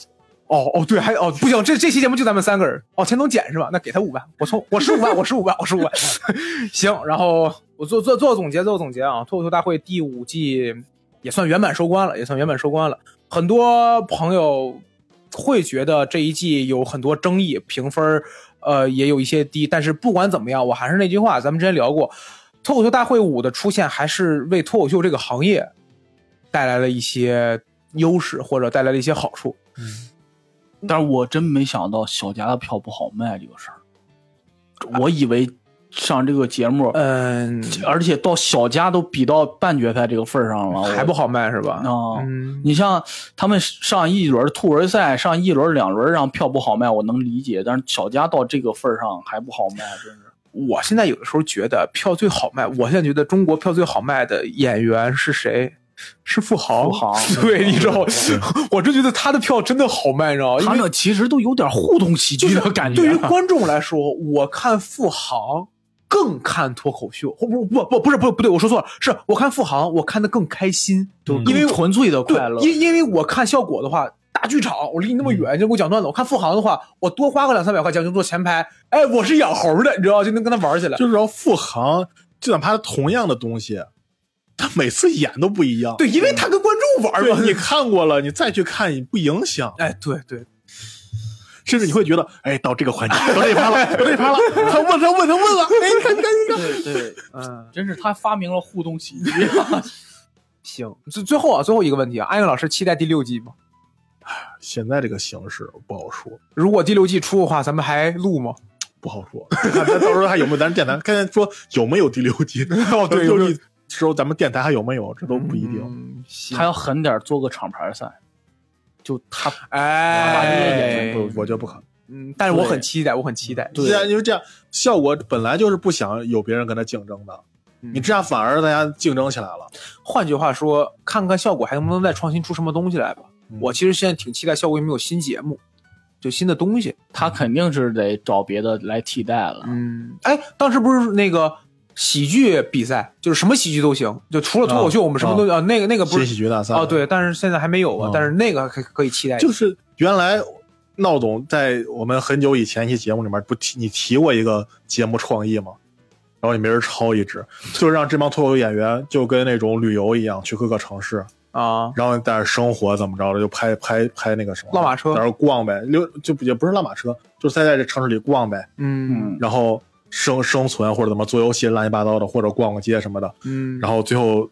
哦哦对，还哦不行，这这期节目就咱们三个人哦，钱总减是吧？那给他五万，我从我十五万，我十五万，我十五万。 行，然后我做做做总结，做总结啊，脱口秀大会第五季也算圆满收官了，也算圆满收官了。很多朋友会觉得这一季有很多争议，评分儿呃也有一些低，但是不管怎么样，我还是那句话，咱们之前聊过，脱口秀大会五的出现，还是为脱口秀这个行业带来了一些优势，或者带来了一些好处。但是我真没想到小家的票不好卖这个事儿，我以为上这个节目，嗯，而且到小家都比到半决赛这个份儿上了，啊我还不好卖是吧？哦嗯，你像他们上一轮兔儿赛，上一轮、两轮让票不好卖，我能理解，但是小家到这个份儿上还不好卖，真是。我现在有的时候觉得票最好卖，我现在觉得中国票最好卖的演员是谁？是付豪。付豪 对，你知道， 我真觉得他的票真的好卖，你知道吗？因他为们其实都有点互动喜就剧是的感觉。啊对于观众来说，我看付航更看脱口秀，哦不不不不不是不不对，我说错了，是我看付航，我看的更开心，嗯因为更纯粹的嗯对快乐，因因为我看效果的话。大剧场，我离你那么远，就给我讲段子。我看付航的话，我多花个两三百块钱，我就坐前排。哎，我是养猴的，你知道，就能跟他玩起来。 就是要付航，就哪怕同样的东西，他每次演都不一样。对，因嗯为他跟观众玩对，嘛。你看过了，你再去看，你不影响，哎，对对，甚至你会觉 得，哎，到这个环节，到这一趴了，到这一趴了， 他问他问他 问了，哎，你看你看你看，对对，嗯，真是他发明了互动喜剧。行。最最后啊，最后一个问题啊，安永老师期待第六季吗？现在这个形势不好说，如果第六季出的话，咱们还录吗？不好说， 看咱到时候还有没有咱电台，看咱说有没有第六 季，哦对第有没有六季时候咱们电台还有没有，这都不一定。嗯，行他。 要狠点，做个厂牌赛，就他把这个哎演，不，我觉得不可能。嗯，但是我很期待，我很期待。对既然就这样，效果本来就是不想有别人跟他竞争的，嗯你这样反而大家竞争起来了。换句话说，看看效果还能不能再创新出什么东西来吧。嗯我其实现在挺期待效果有没有新节目，就新的东西。他肯定是得找别的来替代了。嗯，哎，当时不是那个喜剧比赛，就是什么喜剧都行，就除了脱口秀，啊我们什么都啊，那个那个不新是喜剧大赛哦，，对，但是现在还没有啊啊，但是那个可可以期待一下。就是原来闹总在我们很久以前一期节目里面不提你提过一个节目创意吗？然后也没人抄一直，就是让这帮脱口秀演员就跟那种旅游一样去各个城市，啊，然后在那儿生活怎么着的，就拍拍拍那个什么拉马车在那儿逛呗，溜就也不是拉马车，就是在在这城市里逛呗，嗯然后生生存或者怎么做游戏乱七八糟的，或者逛逛街什么的，嗯，然后最后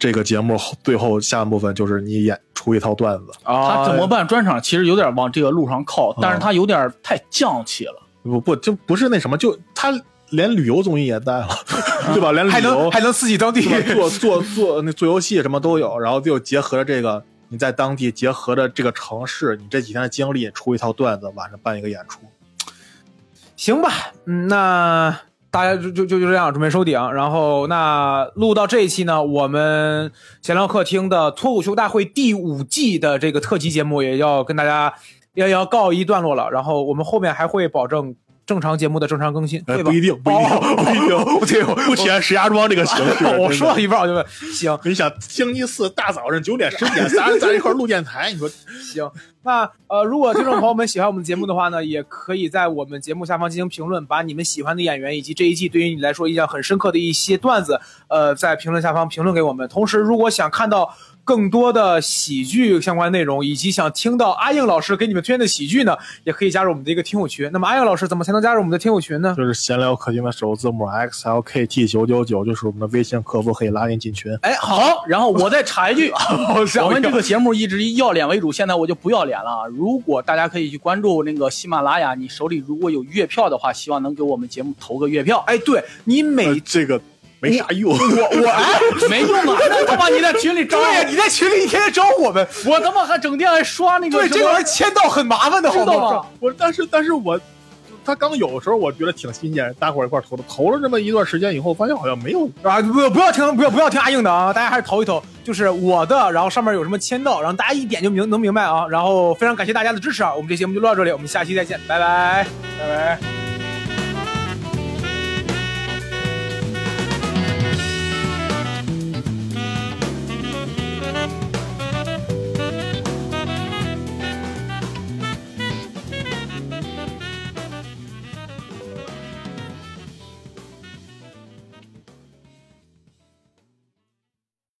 这个节目后最后下半部分就是你演出一套段子，啊他怎么办专场其实有点往这个路上靠，但是他有点太犟气了。不不就不是那什么，就他连旅游综艺也带了， 对吧？连旅还能游还能刺激当地？对吧做做做那做游戏什么都有，然后就结合着这个你在当地结合着这个城市你这几天的经历出一套段子，晚上办一个演出。行吧，嗯，那大家就就就就这样准备收顶。然后那录到这一期呢，我们闲聊客厅的脱口秀大会第五季的这个特辑节目也要跟大家要要告一段落了。然后我们后面还会保证正常节目的正常更新，哎，对吧不一？定，不一定，哦。不一定，不对，不体验石家庄这个形式 哦 我真的说到一半我就问，行，你想星期四大早上九点十点，咱咱一块儿录电台，你说行，那呃，如果听众朋友们喜欢我们节目的话呢，也可以在我们节目下方进行评论，把你们喜欢的演员以及这一季对于你来说印象很深刻的一些段子，呃，在评论下方评论给我们。同时，如果想看到更多的喜剧相关内容，以及想听到阿应老师给你们推荐的喜剧呢，也可以加入我们的一个听友群。那么，阿应老师怎么才能加入我们的听友群呢？ 就是闲聊客厅的首字母 X L K T 九九九，就是我们的微信客服可以拉您进群。哎，好，然后我再插一句， 吓我一 跳我们这个节目一直以要脸为主，现在我就不要脸了啊。如果大家可以去关注那个喜马拉雅，你手里如果有月票的话，希望能给我们节目投个月票。哎，对你呃每。这个没啥用，我哎，没用啊，那他妈你在群里招对呀，我，你在群里一天天找我们，我他妈还整天还刷那个对什这个么人签到很麻烦的，好知吗？道吗？ 我但是但是我他刚有的时候我觉得挺新鲜，大伙儿一块儿投的，投了这么一段时间以后，发现好像没有啊，不不要听，不要不要听阿硬的啊！大家还是投一投，就是我的，然后上面有什么签到，然后大家一点就明能明白啊！然后非常感谢大家的支持啊！我们这节目就录到这里，我们下期再见，拜拜，拜拜。